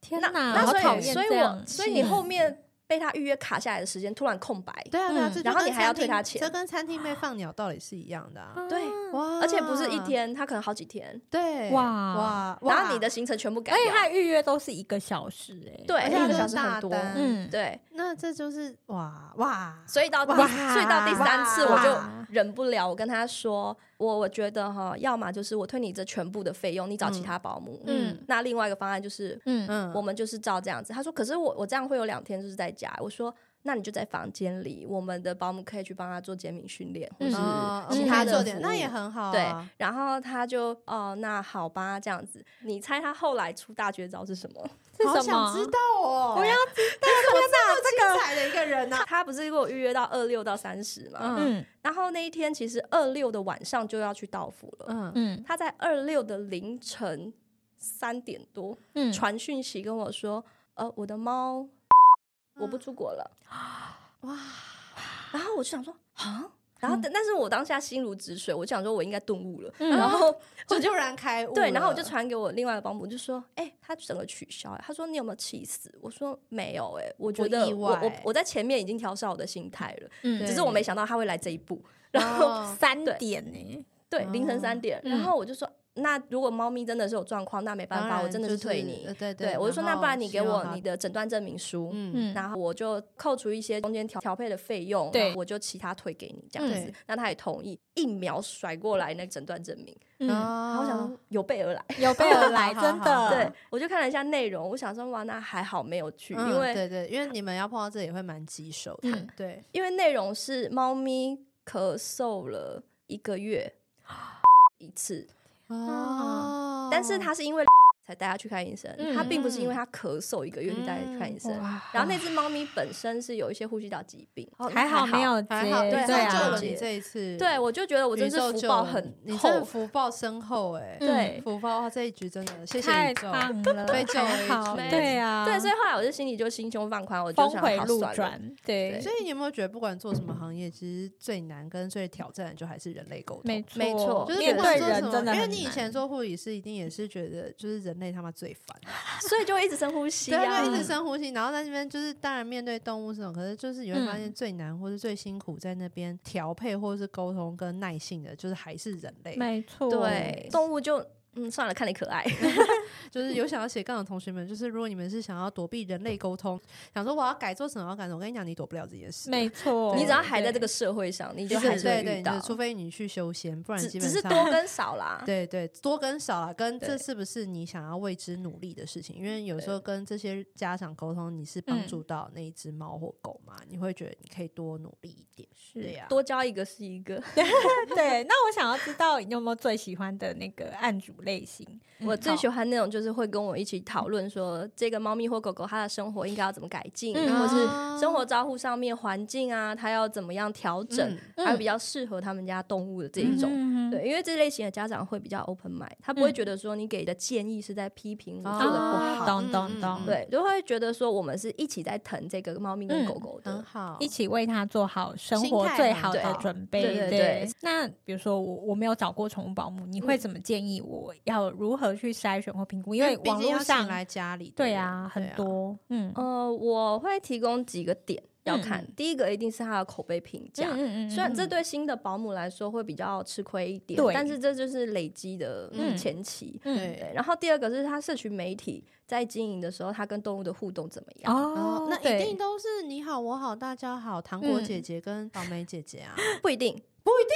Speaker 3: 天
Speaker 2: 那
Speaker 3: 哪，
Speaker 2: 那
Speaker 3: 好
Speaker 2: 所以
Speaker 3: 讨厌
Speaker 2: 所以
Speaker 3: 这
Speaker 2: 我
Speaker 3: 样
Speaker 2: 所以你
Speaker 3: 嗯
Speaker 2: 后面被他预约卡下来的时间突然空白，
Speaker 4: 对啊，对啊，
Speaker 3: 嗯
Speaker 4: 这就
Speaker 2: 然后
Speaker 4: 跟
Speaker 2: 你还要
Speaker 4: 餐
Speaker 2: 退
Speaker 4: 厅
Speaker 2: 他钱
Speaker 4: 这跟餐厅被放鸟道理是一样的啊。
Speaker 2: 对
Speaker 4: 哇，
Speaker 2: 而且不是一，天，他可能好几天，
Speaker 4: 对，
Speaker 3: 哇
Speaker 4: 啊
Speaker 3: 哎
Speaker 4: 哇，
Speaker 2: 然后
Speaker 4: 哇
Speaker 2: 你的行程全部改
Speaker 3: 而且
Speaker 2: 掉，
Speaker 3: 他预约都是一个小时、哎，
Speaker 2: 对
Speaker 4: 而
Speaker 2: 而
Speaker 4: 且
Speaker 2: 且
Speaker 4: 它
Speaker 2: 一个
Speaker 4: 是
Speaker 2: 小时
Speaker 4: 大
Speaker 2: 很多，
Speaker 4: 单
Speaker 3: 嗯，
Speaker 2: 对，
Speaker 4: 那这就是哇哇，
Speaker 2: 所以到第
Speaker 4: 哇
Speaker 2: 所以到第三次我
Speaker 4: 哇
Speaker 2: 就忍不了，我跟他说，我我觉得哈，要么就是我退你这全部的费用，你找其
Speaker 4: 嗯
Speaker 2: 他保姆，
Speaker 3: 嗯
Speaker 2: 那另外一个方案就是
Speaker 3: 嗯
Speaker 4: 嗯
Speaker 2: 我们就是照这样子。他说，可是我我这样会有两天就是在家，我说。那你就在房间里，我们的保姆可以去帮他做减敏训练，或
Speaker 3: 嗯
Speaker 2: 是
Speaker 4: 哦
Speaker 2: 其
Speaker 4: 嗯
Speaker 2: 他
Speaker 4: 可以做
Speaker 2: 的
Speaker 4: 点，
Speaker 2: 服
Speaker 4: 那
Speaker 2: 务
Speaker 4: 也很好
Speaker 2: 对
Speaker 4: 啊。，
Speaker 2: 然后他就哦，那好吧，这样子。你猜他后来出大绝招是什么？
Speaker 3: 是
Speaker 4: 好
Speaker 3: 什
Speaker 4: 想
Speaker 3: 么？
Speaker 4: 知道哦！我要知道，天哪，这么精彩的一个人呢？
Speaker 2: 他不是给我预约到二六到三十嘛？
Speaker 4: 嗯
Speaker 3: 嗯
Speaker 2: 然后那一天其实二六的晚上就要去到府了。
Speaker 4: 嗯，
Speaker 3: 嗯
Speaker 2: 他在二六的凌晨三点多、
Speaker 3: 嗯，
Speaker 2: 传讯息跟我说：“呃，我的猫，我不出国了。
Speaker 4: 嗯 哇，嗯
Speaker 2: 然后我就想说：“啊。”然后，但但是我当下心如止水，我就想说我应该顿悟了。
Speaker 3: 嗯
Speaker 2: 然后
Speaker 4: 就突然哦开悟了，
Speaker 2: 对，然后我就传给我另外的保姆，就说：“哎、他整个取消、欸。”他说：“你有没有气死？”我说：“没有、欸，哎，我觉
Speaker 4: 不
Speaker 2: 得
Speaker 4: 意
Speaker 2: 我我
Speaker 4: 外
Speaker 2: 我在前面已经调试好我的心态了，
Speaker 3: 嗯
Speaker 4: 对
Speaker 2: 只是我没想到他会来这一步。”然后、
Speaker 4: 后
Speaker 3: 三
Speaker 2: 对
Speaker 3: 点呢、
Speaker 2: 对凌晨三
Speaker 4: 哦
Speaker 2: 点，然
Speaker 3: 嗯
Speaker 2: 后我就说：“那如果猫咪真的是有状况，那没办法，我真的是退你。
Speaker 4: 呃对对
Speaker 2: 对，我就说：“那不然你给我你
Speaker 4: 的，
Speaker 2: 的诊断证明书。
Speaker 4: 嗯，
Speaker 2: 然后我就扣除一些中间调调配的费用，
Speaker 3: 对
Speaker 2: 然后我就其他退给你这样子
Speaker 4: 对，
Speaker 2: 那他也同意，一秒甩过来那个诊断证明，
Speaker 3: 嗯，
Speaker 4: 哦
Speaker 2: 然后我想说有备而来，
Speaker 3: 有备而来，
Speaker 4: 好好
Speaker 3: 真
Speaker 4: 好
Speaker 3: 的，
Speaker 2: 对，我就看了一下内容，我想说哇，那还好没有去，
Speaker 4: 嗯
Speaker 2: 因为、
Speaker 4: 对对，因为你们要碰到这里会蛮棘手的，
Speaker 3: 嗯
Speaker 4: 对，
Speaker 2: 因为内容是猫咪咳嗽了一个 月一次，
Speaker 4: 哦
Speaker 2: 但是它是因 为才带它去看医生，
Speaker 3: 嗯
Speaker 2: 它并不是因为它咳嗽一个月去带它去看医
Speaker 4: 嗯
Speaker 2: 生。然后那只猫咪本身是有一些呼吸道疾病，哦
Speaker 3: 还好没。有接，
Speaker 4: 还好，
Speaker 2: 对
Speaker 4: 对，
Speaker 2: 啊
Speaker 4: 救了
Speaker 2: 姐
Speaker 4: 你这一次，
Speaker 2: 对，我就觉得我真
Speaker 4: 宇
Speaker 2: 是
Speaker 4: 宙
Speaker 2: 福
Speaker 4: 救
Speaker 2: 报
Speaker 4: 了
Speaker 2: 很
Speaker 4: 你，你真的
Speaker 2: 厚，嗯
Speaker 4: 福报深厚哎，
Speaker 2: 对
Speaker 4: 福报哇，这一局真的谢谢
Speaker 3: 太
Speaker 4: 宇宙，
Speaker 3: 棒了，
Speaker 4: 被救了
Speaker 3: 还
Speaker 4: 一
Speaker 3: 好，
Speaker 4: 次
Speaker 3: 对啊，
Speaker 2: 对，所以后来我就心里就心胸放宽，我就
Speaker 3: 峰
Speaker 2: 想
Speaker 3: 回
Speaker 2: 好
Speaker 3: 路
Speaker 2: 算了
Speaker 3: 转，对
Speaker 4: 所，以你有没有觉得，不管做什么行业，其实最难跟最挑战的就还是人类沟通？
Speaker 3: 没
Speaker 2: 没错
Speaker 3: 错，
Speaker 4: 就是
Speaker 3: 面
Speaker 4: 不
Speaker 3: 对
Speaker 4: 管做什
Speaker 3: 人
Speaker 4: 么
Speaker 3: 真的很难，
Speaker 4: 因为你以前做护理师，一定也是觉得就是人人类他妈最烦，
Speaker 2: 所以就会一直深呼吸
Speaker 4: 对啊，
Speaker 2: 啊
Speaker 4: 就一直深呼吸，然后在那边就是当然面对动物这种，可是就是你会发现
Speaker 3: 嗯
Speaker 4: 最难或是最辛苦在那边调配或是沟通跟耐性的，就是还是人类。
Speaker 3: 没错，
Speaker 2: 对，动物就嗯算了，看你可爱。
Speaker 4: 就是有想要斜杠的同学们，就是如果你们是想要躲避人类沟通，想说我要改做什么要改什么，我跟你讲，你躲不了这件事。
Speaker 3: 没错，
Speaker 2: 你只要还在这
Speaker 3: 对
Speaker 2: 个社会上，你
Speaker 4: 就
Speaker 2: 就是还是
Speaker 4: 对
Speaker 2: 会
Speaker 4: 对，
Speaker 2: 遇
Speaker 4: 你
Speaker 2: 到
Speaker 4: 就，除非你去修仙，不然
Speaker 2: 只
Speaker 4: 基
Speaker 2: 只
Speaker 4: 本
Speaker 2: 是
Speaker 4: 上
Speaker 2: 多跟少啦。
Speaker 4: 对对，多跟少啦，跟这
Speaker 2: 啊对
Speaker 4: 是不是你想要为之努力的事情？因为有时候跟这些家长沟通，你是帮
Speaker 3: 嗯
Speaker 4: 助到那一只猫或狗嘛，你会觉得你可以多努力一点。
Speaker 3: 是
Speaker 4: 对呀、
Speaker 2: 多交一个是一个。
Speaker 3: 对。那我想要知道你有没有最喜欢的那个案主类型？
Speaker 4: 嗯
Speaker 2: 我最喜
Speaker 3: 欢
Speaker 2: 欢那种就是会跟我一起讨论说，这个猫咪或狗狗它的生活应该要怎么改进，
Speaker 3: 嗯
Speaker 2: 或是
Speaker 4: 啊
Speaker 2: 生活照护上面环境啊，它要怎么样调整，
Speaker 4: 嗯
Speaker 2: 还有比较适合他们家动物的这一种。
Speaker 3: 种
Speaker 2: 对，因为这类型的家长会比较 open mind，他不会觉得说你给的建议是在批评我
Speaker 4: 嗯哦
Speaker 2: 做的不
Speaker 4: 啊
Speaker 2: 好，
Speaker 3: 懂懂懂，
Speaker 4: 嗯
Speaker 2: 对，就会觉得说我们是一起在疼这个猫咪跟
Speaker 3: 嗯
Speaker 2: 狗狗的
Speaker 4: 很。好，
Speaker 3: 一起为他做好生
Speaker 4: 心
Speaker 3: 活
Speaker 4: 态
Speaker 3: 最
Speaker 4: 很
Speaker 3: 好的
Speaker 4: 好
Speaker 3: 准备。
Speaker 2: 对对对
Speaker 3: 那比如说我我没有找过宠物保姆，你
Speaker 4: 嗯
Speaker 3: 会怎么建议我要如何去筛选或评估？因为
Speaker 4: 毕
Speaker 3: 网
Speaker 4: 竟
Speaker 3: 络
Speaker 4: 要
Speaker 3: 上
Speaker 4: 请来家里的
Speaker 3: 对
Speaker 4: 人
Speaker 3: 啊很。
Speaker 4: 对
Speaker 3: 多，嗯
Speaker 2: 呃，我会提供几个点要看，
Speaker 3: 嗯
Speaker 2: 第一个一定是它的口碑评价。
Speaker 3: 嗯
Speaker 2: 虽然这对新的保姆来说会比较吃亏一点
Speaker 3: 对，
Speaker 2: 但是这就是累积的
Speaker 4: 嗯
Speaker 2: 前期。
Speaker 3: 嗯
Speaker 4: 对
Speaker 2: 对，然后第二个是他社群媒体在经营的时候，他跟动物的互动怎么样？
Speaker 4: 哦
Speaker 3: 哦，，
Speaker 4: 那一
Speaker 3: 对
Speaker 4: 定都是你好，我好，大家好，糖果
Speaker 3: 嗯
Speaker 4: 姐姐跟草莓姐姐啊，
Speaker 2: 不一定，
Speaker 3: 不一定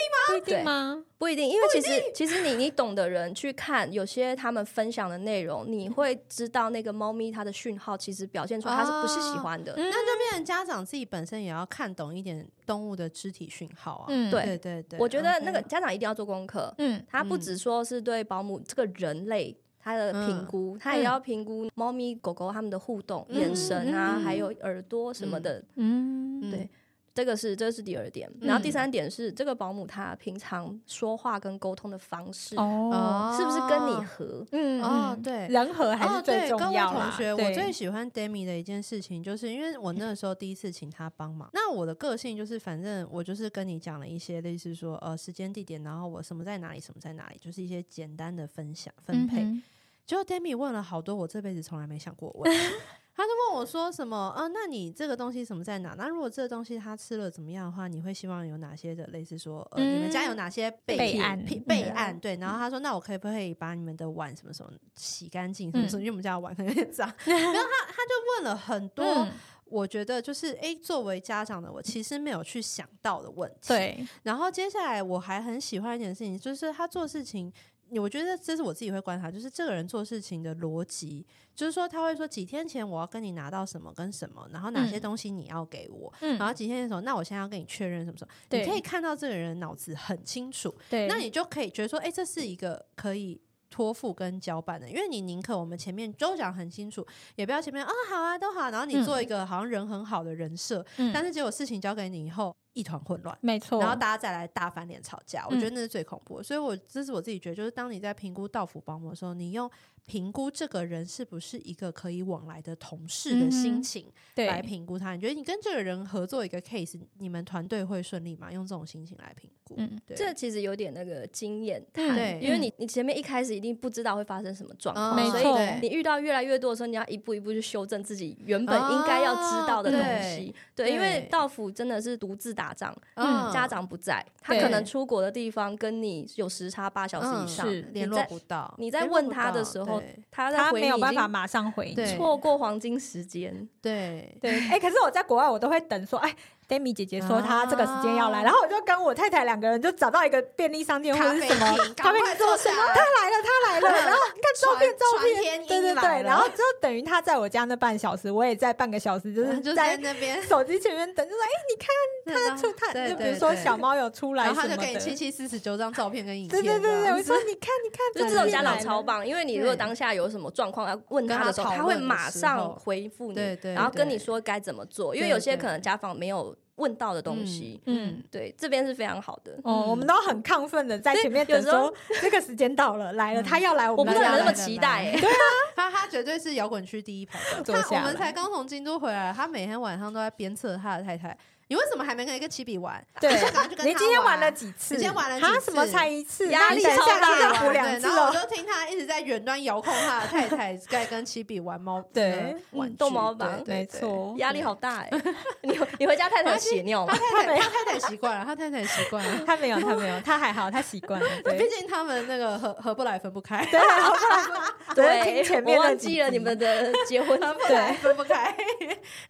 Speaker 2: 对
Speaker 3: 吗？
Speaker 2: 不一定，因为其实其实你你懂的人去看，有些他们分享的内容，你会知道那个猫咪它的讯号其实表现出它是不是喜
Speaker 4: 哦
Speaker 2: 欢
Speaker 3: 嗯
Speaker 2: 的。
Speaker 4: 那就变成家长自己本身也要看懂一点动物的肢体讯号啊。
Speaker 3: 嗯
Speaker 2: 对
Speaker 4: 对对对，
Speaker 2: 我觉得那个
Speaker 4: OK
Speaker 2: 家长一定要做功课，
Speaker 3: 嗯
Speaker 2: 他不
Speaker 4: 嗯
Speaker 2: 只说是对保姆这个人类他的
Speaker 3: 嗯
Speaker 2: 评估，他也要评估猫咪、狗狗它们的互动、
Speaker 4: 嗯
Speaker 2: 眼神啊，
Speaker 4: 嗯
Speaker 2: 还有耳朵什么的。
Speaker 3: 嗯
Speaker 4: 嗯
Speaker 2: 对这个是这是第二点，然后第三点是、这个保姆她平常说话跟沟通的方式、
Speaker 3: 哦
Speaker 2: 是不是跟你合？
Speaker 3: 嗯
Speaker 4: 哦
Speaker 3: 嗯
Speaker 4: 对
Speaker 3: 人和还
Speaker 4: 哦，
Speaker 3: 是
Speaker 4: 对，
Speaker 3: 最重
Speaker 4: 跟
Speaker 3: 要
Speaker 4: 我
Speaker 3: 啦
Speaker 4: 同学，我
Speaker 3: 对嗯
Speaker 4: 最喜欢 Demi 的一件事情，就是因为我那个时候第一次请他帮忙。那我的个性就是，反正我就是跟你讲了一些类似说，呃，时间、地点，然后我什么在哪里，什么在哪里，就是一些简单的分享分配。
Speaker 3: 嗯
Speaker 4: 结果 Demi 问了好多我这辈子从来没想过问， 他就问我说什么？啊，那你这个东西什么在哪？那如果这个东西他吃了怎么样的话，你会希望有哪些的类似说，呃，你们家有
Speaker 3: 嗯
Speaker 4: 哪些备
Speaker 3: 备
Speaker 4: 品
Speaker 3: 案
Speaker 4: 品
Speaker 3: 嗯
Speaker 4: 备案？对。然后他说，那我可不可以把你们的碗什么什么洗干净什么
Speaker 3: 嗯
Speaker 4: 什么？因为我们家的碗很 脏。然后他他就问了很多，
Speaker 3: 嗯
Speaker 4: 我觉得就是诶，作为家长的我，其实没有去想到的问题。。
Speaker 3: 对
Speaker 4: 然后接下来我还很喜欢一件事情，就是他做事情，我觉得这是我自己会观察，就是这个人做事情的逻辑，就是说他会说几天前我要跟你拿到什么跟什么，然后哪些
Speaker 3: 嗯
Speaker 4: 东西你要给我，
Speaker 3: 嗯
Speaker 4: 然后几天的时候，那我现在要跟你确认什么时候，你
Speaker 3: 对
Speaker 4: 可以看到这个人脑子很清楚，
Speaker 3: 对，
Speaker 4: 那你就可以觉得说，哎、这是一个可以。托付跟交办的，因为你宁可我们前面都讲很清楚，也不要前面啊好啊都好，然后你
Speaker 3: 嗯
Speaker 4: 做一个好像人很好的人设，
Speaker 3: 嗯
Speaker 4: 但是结果事情交给你以后一团混乱。
Speaker 3: 没错，
Speaker 4: 然后大家再来大翻脸吵架，我觉得
Speaker 3: 哦嗯
Speaker 4: 那是最恐怖的。所以我这是我自己觉得，就是当你在评估到府保姆的时候，你用评估这个人是不是一个可以往来的同事的
Speaker 3: 嗯
Speaker 4: 心
Speaker 3: 哼
Speaker 4: 情、
Speaker 3: 对
Speaker 4: 来评估他。你觉得你跟这个人合作一个 case，你们团队会顺利吗？用这种心情来评估，
Speaker 3: 嗯
Speaker 4: 对，
Speaker 2: 这其实有点那个经验
Speaker 3: 嗯
Speaker 2: 谈，
Speaker 4: 对
Speaker 2: 因为你你前面一开始一定不知道会发生什么状
Speaker 4: 嗯
Speaker 2: 况，
Speaker 3: 没
Speaker 2: 所以
Speaker 3: 错
Speaker 2: 你遇到越来越多的时候，你要一步一步去修正自己原本应该要知道的东西。对，
Speaker 4: 哦对
Speaker 2: 因为道府真的是独自打仗，
Speaker 4: 嗯
Speaker 2: 家长不在，他
Speaker 3: 对
Speaker 2: 可能出国的地方跟你有时差八小时以上，
Speaker 3: 嗯
Speaker 4: 是
Speaker 3: 你
Speaker 4: 联络
Speaker 2: 在
Speaker 4: 不到。
Speaker 2: 你在
Speaker 4: 联络
Speaker 2: 问
Speaker 4: 不
Speaker 2: 他的
Speaker 4: 到
Speaker 2: 时候
Speaker 4: 对
Speaker 2: 他在
Speaker 3: 他
Speaker 2: 回你
Speaker 3: 没
Speaker 2: 已
Speaker 3: 有办法
Speaker 2: 经
Speaker 3: 马上回
Speaker 4: 对
Speaker 3: 应。
Speaker 2: 错过黄金时间。
Speaker 4: 对
Speaker 3: 对，哎、可是我在国外我都会等说，哎，Demi 姐姐说她这个时间要来，
Speaker 4: 啊
Speaker 3: 然后我就跟我太太两个人就找到一个便利 商店或者是什么
Speaker 4: 厅嗯
Speaker 3: 咖啡厅说什么，她来了，她来了， 然后看照片，
Speaker 4: 传
Speaker 3: 照
Speaker 4: 传天
Speaker 3: 片，
Speaker 4: 鹰
Speaker 3: 对对
Speaker 4: 来
Speaker 3: 对，
Speaker 4: 了
Speaker 3: 然后就等于她在我家那半小时，我也在半个小时，就
Speaker 4: 然
Speaker 3: 是
Speaker 4: 后就在
Speaker 3: 在
Speaker 4: 那 边，
Speaker 3: 手机前面等，就说，哎、
Speaker 4: 他
Speaker 3: 出她
Speaker 4: 对
Speaker 3: 就比
Speaker 4: 对
Speaker 3: 如说
Speaker 4: 对
Speaker 3: 小猫有出来
Speaker 4: 然
Speaker 3: 什
Speaker 4: 后
Speaker 3: 么
Speaker 4: 他
Speaker 3: 的，
Speaker 4: 就给你七七四十九张照片跟影
Speaker 3: 对
Speaker 4: 片，
Speaker 3: 对对对，我
Speaker 4: 这样
Speaker 3: 说你看你
Speaker 2: 就
Speaker 3: 看，
Speaker 2: 这种
Speaker 3: 照片
Speaker 2: 家
Speaker 3: 来
Speaker 2: 长
Speaker 3: 了嗯
Speaker 2: 超棒，因为你如果
Speaker 4: 对
Speaker 2: 当下有什么状况要问
Speaker 4: 跟
Speaker 2: 他
Speaker 4: 他
Speaker 2: 的时候，
Speaker 4: 讨
Speaker 2: 他会
Speaker 4: 论的
Speaker 2: 马
Speaker 4: 时
Speaker 2: 上
Speaker 4: 候
Speaker 2: 回复你，
Speaker 4: 对对
Speaker 2: 然后跟
Speaker 4: 对
Speaker 2: 你说该怎么做，因为
Speaker 4: 对
Speaker 2: 有些
Speaker 4: 对
Speaker 2: 可能家访没有问到的东西，
Speaker 3: 嗯。
Speaker 2: 对，这边是非常好的。
Speaker 3: 哦，我们都很亢奋的在前面
Speaker 2: 所以
Speaker 3: 等
Speaker 2: 有时候
Speaker 3: 说，这个时间到了，来了，她要来我
Speaker 2: 我
Speaker 3: 们
Speaker 2: 不
Speaker 4: 来
Speaker 2: 知道
Speaker 3: 家
Speaker 2: 你
Speaker 4: 来
Speaker 2: 们那么
Speaker 3: 了
Speaker 4: 来
Speaker 2: 期
Speaker 4: 来
Speaker 2: 待、欸
Speaker 4: 他他绝对是摇滚区第一排 的。
Speaker 3: 坐
Speaker 4: 他
Speaker 3: 下
Speaker 4: 我们
Speaker 3: 来
Speaker 4: 才刚从京都回来，他每天晚上都在鞭策他的太太。你为什么还没跟一个七比玩？
Speaker 3: 对
Speaker 4: 你现在赶快去跟
Speaker 3: 你
Speaker 4: 他
Speaker 3: 今天
Speaker 4: 玩
Speaker 3: 玩了几次？
Speaker 4: 今天玩了几
Speaker 3: 啊？什么
Speaker 4: 次
Speaker 3: 才一次？
Speaker 2: 压
Speaker 3: 那
Speaker 2: 力
Speaker 3: 你等一
Speaker 2: 超
Speaker 3: 下
Speaker 2: 大
Speaker 3: 就
Speaker 2: 了
Speaker 3: 补两
Speaker 4: 对
Speaker 3: 次
Speaker 4: 然后我
Speaker 3: 哦。
Speaker 4: 就听他一直在远端遥控他的太太在跟七比玩猫
Speaker 3: 对
Speaker 4: 呃玩
Speaker 2: 嗯逗
Speaker 4: 具
Speaker 2: 猫
Speaker 4: 对
Speaker 2: 棒
Speaker 4: 对
Speaker 3: 没
Speaker 4: 对
Speaker 3: 错
Speaker 2: 压力好大哎、 你回你回家太太有血尿吗
Speaker 4: 他？太太他太太习惯了，他太太习 惯了。
Speaker 3: 他没有，他没有，他还好，他习惯了。
Speaker 4: 毕
Speaker 3: 对，
Speaker 4: 竟他们那个合合不来分 不开，
Speaker 3: 对，好 吧昨天听前面
Speaker 2: 我
Speaker 3: 那
Speaker 2: 忘
Speaker 3: 几
Speaker 2: 记了
Speaker 3: 集
Speaker 2: 你们的结婚
Speaker 4: 合不来 分不开。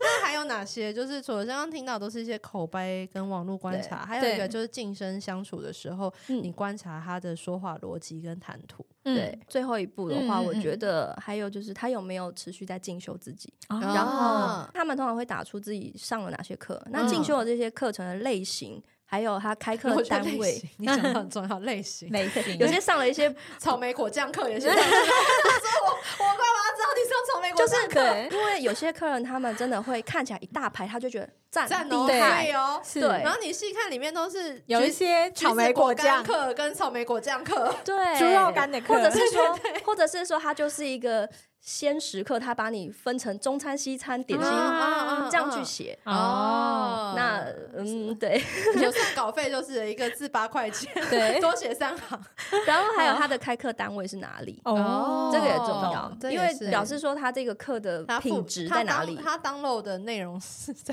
Speaker 4: 那还有哪些？就是除了刚刚听到，都是一些口碑跟网络观察，还有一个
Speaker 3: 对
Speaker 4: 就是近身相处的时候，
Speaker 2: 嗯
Speaker 4: 你观察他的说话逻辑跟谈 吐。
Speaker 2: 对，最后一步的话，
Speaker 3: 嗯嗯
Speaker 2: 我
Speaker 3: 嗯
Speaker 2: 觉得还有就是他有没有持续在进修自己，
Speaker 3: 嗯，
Speaker 4: 然
Speaker 2: 然后
Speaker 4: 哦
Speaker 2: 他们通常会打出自己上了哪些课，那
Speaker 4: 嗯
Speaker 2: 进修的这些课程的类型，还有他开课
Speaker 4: 我
Speaker 2: 的
Speaker 4: 觉得
Speaker 2: 单
Speaker 4: 类
Speaker 2: 位
Speaker 4: 型，你讲的很重要，类型。
Speaker 3: 类型
Speaker 2: 有些上了一些，
Speaker 4: 草莓果酱课也 是这样，他说我我干嘛知道你上草莓果
Speaker 2: 就
Speaker 4: 酱
Speaker 2: 是
Speaker 4: 课？
Speaker 3: 对
Speaker 2: 因为有些客人他们真的会看起来一大排，他就觉得赞
Speaker 4: 赞哦，
Speaker 2: 厉害
Speaker 4: 对，哦。
Speaker 3: 是
Speaker 2: 对
Speaker 4: 然后你细看里面都是
Speaker 3: 有一
Speaker 4: 橘
Speaker 3: 些
Speaker 4: 橘
Speaker 3: 草
Speaker 4: 子
Speaker 3: 莓
Speaker 4: 果
Speaker 3: 果酱
Speaker 4: 干，课跟草莓果酱课，
Speaker 2: 对，
Speaker 3: 猪肉干的课
Speaker 2: 或者是说，或者是说，他就是一个鲜食课，他把你分成中餐、西餐、点心
Speaker 4: 啊
Speaker 2: 这样去写。
Speaker 3: 哦，
Speaker 2: 那嗯，对，
Speaker 4: 有时候稿费就是一个字八块钱，
Speaker 3: 对
Speaker 4: 多写三行。
Speaker 2: 然后还有他的开课单位是哪里，
Speaker 4: 哦
Speaker 2: 这个也重要
Speaker 4: 懂这，也
Speaker 2: 因为
Speaker 4: 是
Speaker 2: 表示说他这个课的
Speaker 4: 他
Speaker 2: 品
Speaker 4: 附
Speaker 2: 质
Speaker 4: 他
Speaker 2: 在哪
Speaker 4: 当嗯
Speaker 2: 里。
Speaker 4: 他 download 的内容是在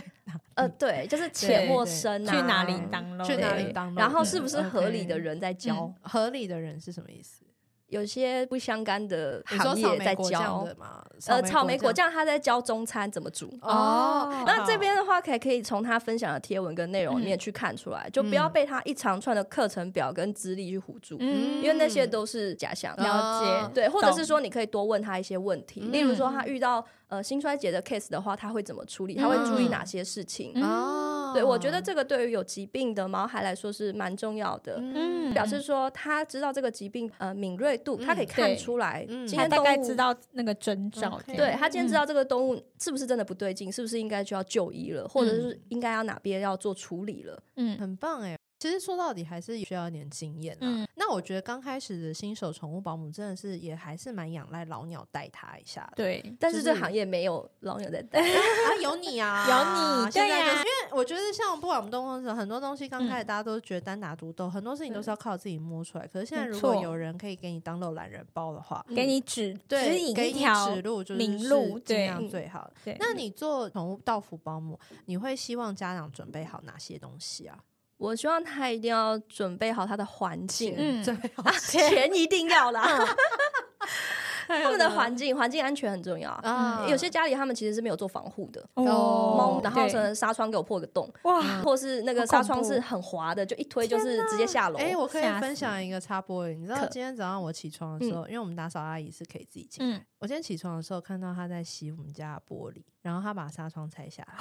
Speaker 2: 呃，对，就是浅或深啊，
Speaker 3: 去哪里当
Speaker 4: 去哪里
Speaker 2: 对
Speaker 4: 当 download
Speaker 2: 然后
Speaker 4: 的嗯
Speaker 2: 是不是合理的
Speaker 3: OK
Speaker 2: 人在教？
Speaker 4: 合理的人是什么意思？
Speaker 2: 有些不相干的
Speaker 4: 你说
Speaker 2: 行
Speaker 4: 草
Speaker 2: 业在
Speaker 4: 莓果酱
Speaker 2: 教
Speaker 4: 的。吗？
Speaker 2: 呃，草莓果
Speaker 4: 酱
Speaker 2: 酱他在教中餐怎么煮，
Speaker 4: 哦，
Speaker 2: 那这边的话，可以可以从他分享的贴文跟内容里
Speaker 4: 嗯
Speaker 2: 面去看出来，就不要被他一长串的课程表跟资历去唬住，
Speaker 3: 嗯
Speaker 2: 因为那些都是假象。
Speaker 4: 了解
Speaker 2: 对，或者是
Speaker 3: 懂
Speaker 2: 说你可以多问他一些问题，
Speaker 4: 嗯
Speaker 2: 例如说他遇到呃心衰竭的 case 的话，他会怎么处理？他会注意哪些事情？
Speaker 3: 嗯
Speaker 4: 哦，
Speaker 2: 对，我觉得这个对于有疾病的毛孩来说是蛮重要的。
Speaker 4: 嗯
Speaker 2: 表示说他知道这个疾病呃敏锐度，他可以
Speaker 4: 嗯
Speaker 2: 看
Speaker 3: 对
Speaker 2: 出来。
Speaker 4: 嗯
Speaker 2: 今
Speaker 3: 他
Speaker 2: 天
Speaker 3: 大
Speaker 2: 动
Speaker 3: 概
Speaker 2: 物
Speaker 3: 知道那个征兆
Speaker 4: OK，
Speaker 3: 这样，
Speaker 2: 对他今天知道这个动物是不是真的不对劲，是不是应该就要就医了，或者是应该要哪边要做处理了。
Speaker 3: 嗯，
Speaker 4: 很棒哎、其实说到底还是需要一点经验啊。
Speaker 3: 嗯
Speaker 4: 那我觉得刚开始的新手宠物保姆真的是也还是蛮仰赖老鸟带他一下的。
Speaker 3: 对，
Speaker 2: 但是
Speaker 4: 就
Speaker 2: 这
Speaker 4: 是
Speaker 2: 行业没有老鸟在 带，
Speaker 4: 啊，有你啊，
Speaker 3: 有你
Speaker 4: 现
Speaker 3: 对
Speaker 4: 在就是
Speaker 3: 呀
Speaker 4: 因为我觉得像不管我们动工的时候，很多东西刚开始
Speaker 3: 嗯
Speaker 4: 大家都觉得单打独斗，很多事情都是要靠自己摸出来。可是现在
Speaker 3: 没
Speaker 4: 如果
Speaker 3: 错
Speaker 4: 有人可以给你当漏懒人包的话，
Speaker 3: 给你指指
Speaker 4: 对，
Speaker 3: 引
Speaker 4: 给
Speaker 3: 一
Speaker 4: 你
Speaker 3: 条
Speaker 4: 指路就是
Speaker 3: 明
Speaker 4: 是
Speaker 3: 路
Speaker 4: 尽
Speaker 3: 对
Speaker 4: 量最好的。
Speaker 3: 对
Speaker 4: 那你做宠物到府保姆，你会希望家长准备好哪些东西啊？
Speaker 2: 我希望他一定要准备好他的环境，
Speaker 3: 嗯
Speaker 4: 准备好
Speaker 2: 啊，钱一定要啦。 他们的
Speaker 4: 呢
Speaker 2: 环境，环境安全很重要。
Speaker 4: 啊
Speaker 2: 有些家里他们其实是没有做防护的，
Speaker 4: 哦嗯
Speaker 2: 猫，然后
Speaker 3: 对
Speaker 2: 可能纱窗给我破个洞，
Speaker 3: 哇，
Speaker 2: 或是那个
Speaker 3: 好
Speaker 2: 纱
Speaker 3: 恐
Speaker 2: 窗
Speaker 3: 怖
Speaker 2: 是很滑的，就一推就是直接下楼。
Speaker 4: 哎、我可以
Speaker 3: 吓
Speaker 4: 分
Speaker 3: 死
Speaker 4: 享一个插播欸而已。你知道
Speaker 2: 可
Speaker 4: 今天早上我起床的时候，因为我们打扫阿姨是可以自己进来。
Speaker 3: 嗯，
Speaker 4: 我今天起床的时候看到她在洗我们家的玻璃，然后她把纱窗 拆下来。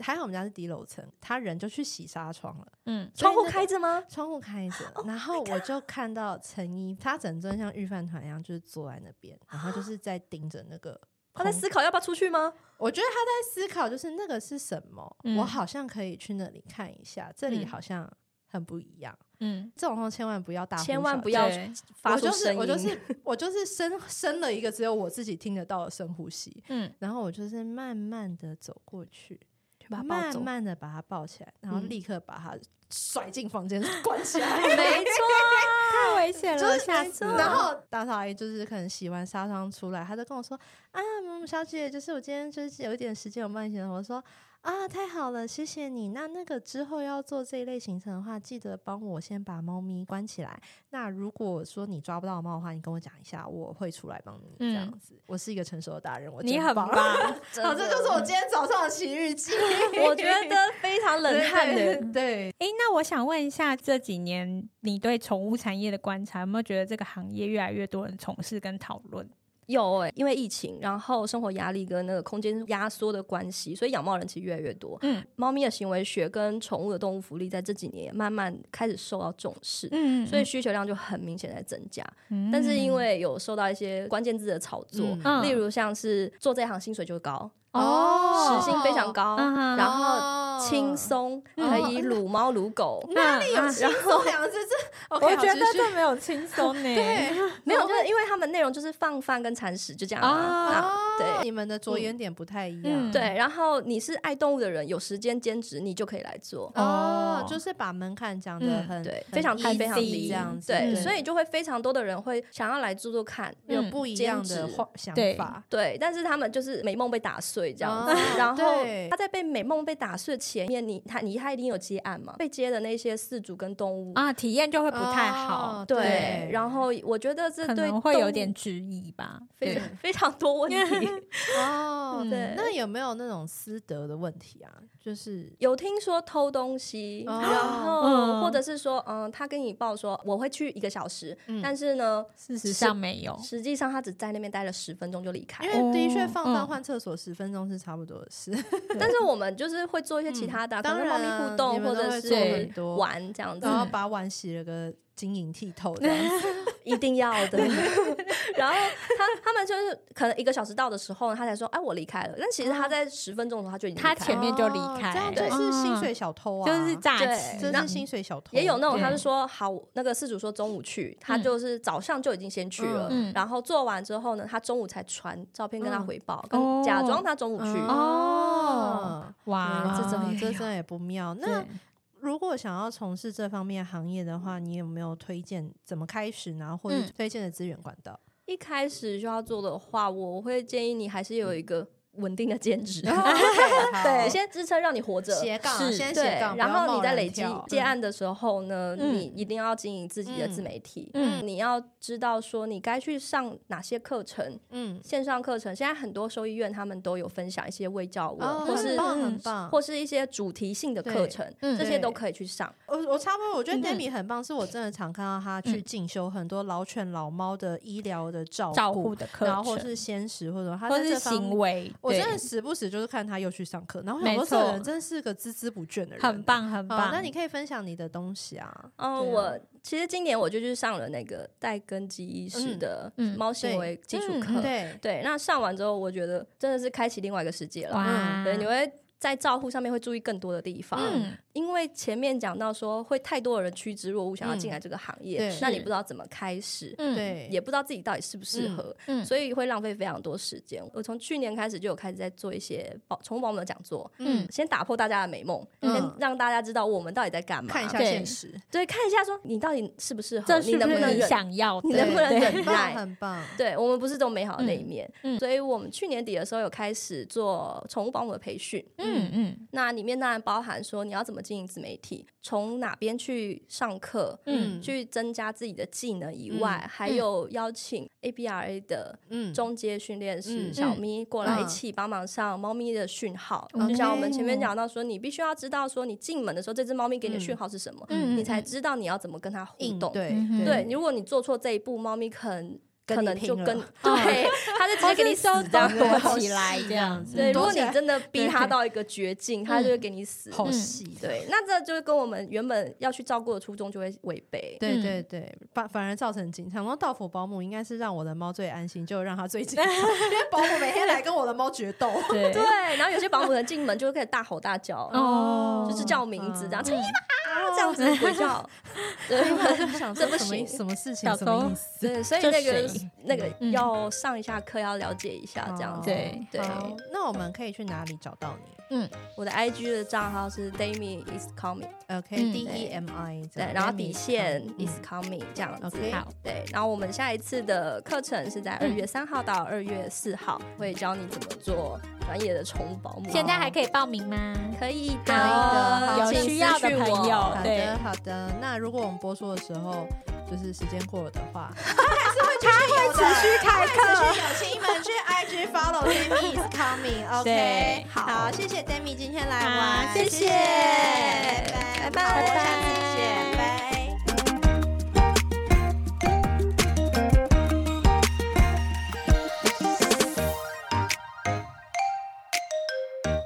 Speaker 4: 还好我们家是低楼层，她人就去洗纱窗了，
Speaker 3: 嗯，
Speaker 2: 窗户
Speaker 4: 所以那个
Speaker 2: 开着吗？
Speaker 4: 窗户开 着，
Speaker 2: Oh
Speaker 4: 然后我就看到陈一，她整尊像御饭团一样，就是坐在那边，然后就是在盯着那个。
Speaker 2: 他在思考要不要出去吗？
Speaker 4: 我觉得他在思考，就是那个是什么，
Speaker 3: 嗯
Speaker 4: 我好像可以去那里看一下，这里
Speaker 3: 嗯
Speaker 4: 好像很不一样。
Speaker 3: 嗯，
Speaker 4: 这种话千万不要大呼小叫，
Speaker 2: 千万不要
Speaker 3: 对
Speaker 2: 发
Speaker 4: 我
Speaker 2: 出
Speaker 4: 就
Speaker 2: 声
Speaker 4: 是
Speaker 2: 音。
Speaker 4: 我就是我就是深深了一个只有我自己听得到的深呼吸，
Speaker 3: 嗯，
Speaker 4: 然后我就是慢慢的走过去，
Speaker 2: 把它抱
Speaker 4: 慢
Speaker 2: 走。
Speaker 4: 慢的把它抱起来，然后
Speaker 2: 嗯
Speaker 4: 立刻把它甩进房间关起 来。
Speaker 3: 没错，太危险
Speaker 4: 就
Speaker 3: 了，
Speaker 4: 是
Speaker 3: 吓死了，
Speaker 4: 然后打扫阿姨就是可能洗完纱窗出来，她就跟我说：“啊，某某小姐，就是我今天就是有一点时间，我帮你洗了。”我说：“啊，太好了，谢谢你。那那个之后要做这一类行程的话，记得帮我先把猫咪关起来。那如果说你抓不到猫的话，你跟我讲一下，我会出来帮你。这样
Speaker 3: 嗯
Speaker 4: 子，我是一个成熟的大人，我
Speaker 3: 你
Speaker 4: 真
Speaker 3: 很
Speaker 4: 棒。
Speaker 3: 棒，
Speaker 4: 好，这就是我今天早上的奇遇 记。
Speaker 2: 我觉得非常冷汗
Speaker 4: 对
Speaker 2: 的。
Speaker 4: 对对，
Speaker 3: 诶，那我想问一下，这几年你对宠物产业的观察，有没有觉得这个行业越来越多人从事跟讨论？
Speaker 2: 有哎、因为疫情，然后生活压力跟那个空间压缩的关系，所以养猫人其实越来越多。
Speaker 3: 嗯
Speaker 2: 猫咪的行为学跟宠物的动物福利在这几年也慢慢开始受到重视，
Speaker 3: 嗯
Speaker 2: 所以需求量就很明显在增加。
Speaker 3: 嗯
Speaker 2: 但是因为有受到一些关键字的炒作，
Speaker 4: 嗯
Speaker 3: 嗯
Speaker 2: 例如像是做这行薪水就高，
Speaker 4: 哦
Speaker 2: 时薪非常高，
Speaker 3: 嗯哼
Speaker 2: 然后轻松可以撸猫撸狗。
Speaker 3: 那里有
Speaker 4: 轻松哦两个字，这 OK，
Speaker 3: 我觉得
Speaker 4: 好继续
Speaker 3: 这没有轻松 呢。
Speaker 4: 对
Speaker 2: 没有，就是因为他们内容就是放饭跟铲屎，就这样啊。那对，
Speaker 4: 你们的着眼点不太一样
Speaker 3: 嗯。
Speaker 2: 对，然后你是爱动物的人，有时间兼职你就可以来做。
Speaker 4: 哦
Speaker 3: 哦，
Speaker 4: 就是把门槛讲的
Speaker 3: 嗯
Speaker 4: 很
Speaker 2: 对，
Speaker 4: 很
Speaker 2: 非常低，
Speaker 4: easy
Speaker 2: 非常低，
Speaker 4: 这样子，
Speaker 2: 对，所以就会非常多的人会想要来做做看，
Speaker 4: 有
Speaker 3: 嗯
Speaker 4: 不一样的
Speaker 2: 兼职
Speaker 4: 话想
Speaker 3: 对
Speaker 4: 法。
Speaker 2: 对，但是他们就是美梦被打碎这样子，
Speaker 4: 哦
Speaker 2: 然后
Speaker 4: 对
Speaker 2: 他在被美梦被打碎前面，你他你他一定有接案嘛，被接的那些饲主跟动物，
Speaker 3: 啊，体验就会不太好，
Speaker 4: 哦
Speaker 2: 对，
Speaker 4: 对
Speaker 2: 然后我觉得这
Speaker 3: 可
Speaker 2: 对
Speaker 3: 能会
Speaker 2: 动
Speaker 3: 有
Speaker 2: 物
Speaker 3: 点质疑吧。
Speaker 2: 非
Speaker 3: 对，
Speaker 2: 常非常多问 题。
Speaker 4: 哦
Speaker 3: 嗯
Speaker 2: 对
Speaker 4: 那有没有那种私德的问题啊？就是
Speaker 2: 有听说偷东西，
Speaker 4: 哦
Speaker 2: 然后
Speaker 3: 嗯
Speaker 2: 或者是说，嗯，他跟你报说我会去一个小时，
Speaker 4: 嗯哦
Speaker 2: 但是呢，
Speaker 3: 事实上没有。
Speaker 2: 实际上他只在那边待了十分钟就离开
Speaker 4: 因
Speaker 2: 了。
Speaker 4: 为的确
Speaker 3: 哦
Speaker 4: 放饭
Speaker 3: 嗯
Speaker 4: 换厕所十分钟是差不多 的事，
Speaker 2: 但是我们就是会做一些其他的啊，
Speaker 4: 嗯
Speaker 2: 可能跟
Speaker 4: 当
Speaker 2: 猫
Speaker 4: 然
Speaker 2: 咪
Speaker 4: 啊
Speaker 2: 互动
Speaker 4: 你们
Speaker 2: 或
Speaker 4: 都
Speaker 2: 者
Speaker 4: 会
Speaker 2: 是
Speaker 3: 做很
Speaker 4: 多啊
Speaker 2: 玩这样子
Speaker 4: 然，
Speaker 3: 嗯
Speaker 4: 后把碗洗了个晶莹剔 透这样子。
Speaker 2: 一定要的。 然后他他们就是可能一个小时到的时候，他才说：“哎，我离开了。”但其实他在十分钟的时候他就已经离
Speaker 3: 哦他
Speaker 2: 开
Speaker 3: 前
Speaker 2: 了
Speaker 3: 面就离
Speaker 4: 哦
Speaker 3: 开嗯
Speaker 4: 这样就是薪水小偷啊，
Speaker 3: 就是诈欺，
Speaker 4: 这
Speaker 2: 那
Speaker 4: 是薪水小偷，
Speaker 2: 也有那种，他
Speaker 3: 哦对
Speaker 2: 就说好，那个事主说中午去，他
Speaker 3: 嗯
Speaker 2: 就是早上就已经先去了，
Speaker 3: 嗯
Speaker 2: 然后做完之后呢，他中午才传照片跟他回报，
Speaker 3: 哦
Speaker 2: 跟假装他中午去。
Speaker 4: 哦。
Speaker 3: 哇，
Speaker 4: 对这
Speaker 2: 种
Speaker 4: 真
Speaker 2: 也
Speaker 4: 这
Speaker 2: 有
Speaker 4: 真的也不妙。那
Speaker 3: 对
Speaker 4: 如果想要从事这方面行业的话，你有没有推荐怎么开始，然后或者
Speaker 3: 嗯
Speaker 4: 推荐的资源管 道？
Speaker 2: 一开始就要做的话，我会建议你还是有一个稳定的兼 职，对，
Speaker 4: 对
Speaker 2: 先支撑让你活着。
Speaker 4: 斜杠啊，
Speaker 3: 是
Speaker 4: 先
Speaker 2: 对
Speaker 4: 斜，杠，
Speaker 2: 然
Speaker 4: 不要
Speaker 2: 后
Speaker 4: 贸
Speaker 2: 你在
Speaker 4: 然
Speaker 2: 累积
Speaker 4: 跳
Speaker 2: 接案的时候呢，
Speaker 3: 嗯
Speaker 2: 你一定要经营自己的自
Speaker 4: 嗯
Speaker 2: 媒体。
Speaker 3: 嗯
Speaker 2: 你要知道说你该去上哪些课程，
Speaker 4: 嗯，
Speaker 2: 线上课程。现在很多兽医院他们都有分享一些微教文，
Speaker 4: 哦，
Speaker 2: 或
Speaker 4: 很
Speaker 2: 是
Speaker 4: 棒很棒。
Speaker 2: 或是一些主题性的课程，
Speaker 3: 嗯
Speaker 2: 这些都
Speaker 4: 对
Speaker 2: 可以去上。
Speaker 4: 我我差不多，我觉得
Speaker 3: 嗯
Speaker 4: Demi 很棒，是我真的常看到他去进修很多老犬老猫的医疗的照
Speaker 3: 照
Speaker 4: 顾
Speaker 3: 顾，的课
Speaker 4: 然后
Speaker 3: 程，
Speaker 4: 或是鲜食或者他
Speaker 3: 或
Speaker 4: 在
Speaker 3: 是
Speaker 4: 这方面
Speaker 3: 行为，
Speaker 4: 我
Speaker 3: 对
Speaker 4: 真的时不时就是看他又去上课，然后我想说
Speaker 3: 没
Speaker 4: 这
Speaker 3: 错
Speaker 4: 个人真是个孜孜不倦的人，
Speaker 3: 很。棒很
Speaker 4: 好，
Speaker 3: 棒。
Speaker 4: 那你可以分享你的东西啊。
Speaker 2: 嗯，
Speaker 4: 对啊
Speaker 2: 我其实今年我就去上了那个带根基医师
Speaker 4: 嗯
Speaker 2: 的
Speaker 3: 嗯
Speaker 2: 猫行为基础课，
Speaker 3: 嗯
Speaker 4: 对，
Speaker 2: 对，那上完之后，我觉得真的是开启另外一个世界了。
Speaker 3: 哇，
Speaker 2: 对，你会在照护上面会注意更多的地方，
Speaker 3: 嗯
Speaker 2: 因为前面讲到说会太多的人趋之若鹜想要进来这个行
Speaker 4: 嗯
Speaker 2: 业，
Speaker 4: 对
Speaker 2: 那你
Speaker 3: 是
Speaker 2: 不知道怎么开始，
Speaker 3: 嗯
Speaker 4: 对，
Speaker 2: 也不知道自己到底适不适合，
Speaker 3: 嗯
Speaker 2: 所以会浪费非常多时间。我从去年开始就有开始在做一些保宠物保姆的讲座，
Speaker 4: 嗯，
Speaker 2: 先打破大家的美梦，
Speaker 4: 嗯
Speaker 2: 先让大家知道我们到底在干嘛，
Speaker 4: 看一下
Speaker 3: 对
Speaker 4: 现实，
Speaker 2: 对，看一下说你到底适不适合，
Speaker 3: 这是
Speaker 2: 你能
Speaker 3: 不
Speaker 2: 不
Speaker 3: 是
Speaker 2: 能
Speaker 3: 你
Speaker 2: 忍
Speaker 3: 想要的？
Speaker 2: 你能不能
Speaker 3: 对
Speaker 2: 忍
Speaker 4: 很
Speaker 2: 耐
Speaker 4: 棒，很棒。
Speaker 2: 对我们不是都美好的那一面，
Speaker 3: 嗯嗯
Speaker 2: 所以我们去年底的时候有开始做宠物保姆的培训，
Speaker 3: 嗯嗯
Speaker 2: 那里面当然包含说你要怎么经营自媒体，从哪边去上课，
Speaker 4: 嗯
Speaker 2: 去增加自己的技能以外，还有邀请 ABRA 的
Speaker 4: 嗯，
Speaker 2: 中阶训练师
Speaker 4: 嗯
Speaker 2: 小咪过来
Speaker 4: 嗯哦
Speaker 2: 一起帮忙上猫咪的讯号。
Speaker 4: OK
Speaker 2: 就像我们前面讲到说，你必须要知道说你进门的时候这只猫咪给你的讯号是什么，
Speaker 3: 嗯
Speaker 2: 你才知道你要怎么跟它互
Speaker 4: 应
Speaker 2: 动。
Speaker 4: 对
Speaker 3: 嗯
Speaker 2: 对，如果你做错这一步，猫咪很
Speaker 4: 跟
Speaker 2: 可
Speaker 4: 你
Speaker 2: 能
Speaker 4: 拼
Speaker 2: 就
Speaker 4: 了
Speaker 2: 跟 对，它就直接给你死
Speaker 3: 收
Speaker 2: 掉。
Speaker 3: 躲起来这样子。
Speaker 2: 对，如果你
Speaker 4: 躲起来
Speaker 2: 真的逼它到一个绝境，它就会给你死。
Speaker 4: 好
Speaker 3: 嗯
Speaker 4: 细的，
Speaker 2: 对，那这就是跟我们原本要去照顾的初衷就会违背。
Speaker 4: 对
Speaker 3: 嗯
Speaker 4: 对对，反反而造成紧张。然后到府保姆应该是让我的猫最安心，就让它最 紧张，因为保姆每天来跟我的猫决斗。
Speaker 3: 对
Speaker 2: 对，然后有些保姆人进门就会开始大吼大叫，
Speaker 3: 哦
Speaker 2: 就是叫名字这样，
Speaker 4: 嗯
Speaker 2: 陈一吧 这样子鬼 叫。对，
Speaker 4: 想
Speaker 2: 这
Speaker 4: 说
Speaker 2: 不
Speaker 4: 什么意
Speaker 2: 行。
Speaker 4: 什么事情
Speaker 3: 小
Speaker 4: 什么
Speaker 3: 偷
Speaker 4: 意思？
Speaker 2: 对，所以
Speaker 3: 这
Speaker 2: 那个
Speaker 3: 谁
Speaker 2: 那个
Speaker 3: 嗯
Speaker 2: 要上一下课，要了解一下这样子。
Speaker 3: 对
Speaker 2: 对，
Speaker 4: 哦好那我们可以去哪里找到你？
Speaker 2: 我的 IG 的账号是 Dami is coming。
Speaker 4: OK
Speaker 3: 嗯
Speaker 4: D E M I，这
Speaker 2: 对
Speaker 4: 样，
Speaker 2: 然后
Speaker 4: Demi
Speaker 2: 底线
Speaker 4: 嗯
Speaker 2: is coming 这样子。
Speaker 4: OK
Speaker 3: 好
Speaker 2: 对，然后我们下一次的课程是在二月三号到二月四号，会教你怎么做专业的宠物保姆。
Speaker 3: 现在还可以报名吗？
Speaker 2: 可以
Speaker 3: 可以
Speaker 2: 的，
Speaker 3: 的有
Speaker 2: 请
Speaker 3: 需
Speaker 2: 私
Speaker 3: 要的
Speaker 2: 讯
Speaker 3: 朋
Speaker 2: 我
Speaker 3: 友
Speaker 4: 好
Speaker 3: 对
Speaker 4: 的好的。那如果我们播出的时候，就是时间过了的话，它还是会持续开课，持续有亲们去 IG follow Demi is coming。OK，
Speaker 3: 对
Speaker 4: 好，谢谢 Demi 今天来
Speaker 3: 好
Speaker 4: 玩，
Speaker 3: 谢
Speaker 2: 谢拜
Speaker 4: 拜拜，
Speaker 2: 拜
Speaker 4: 我们下次见，拜。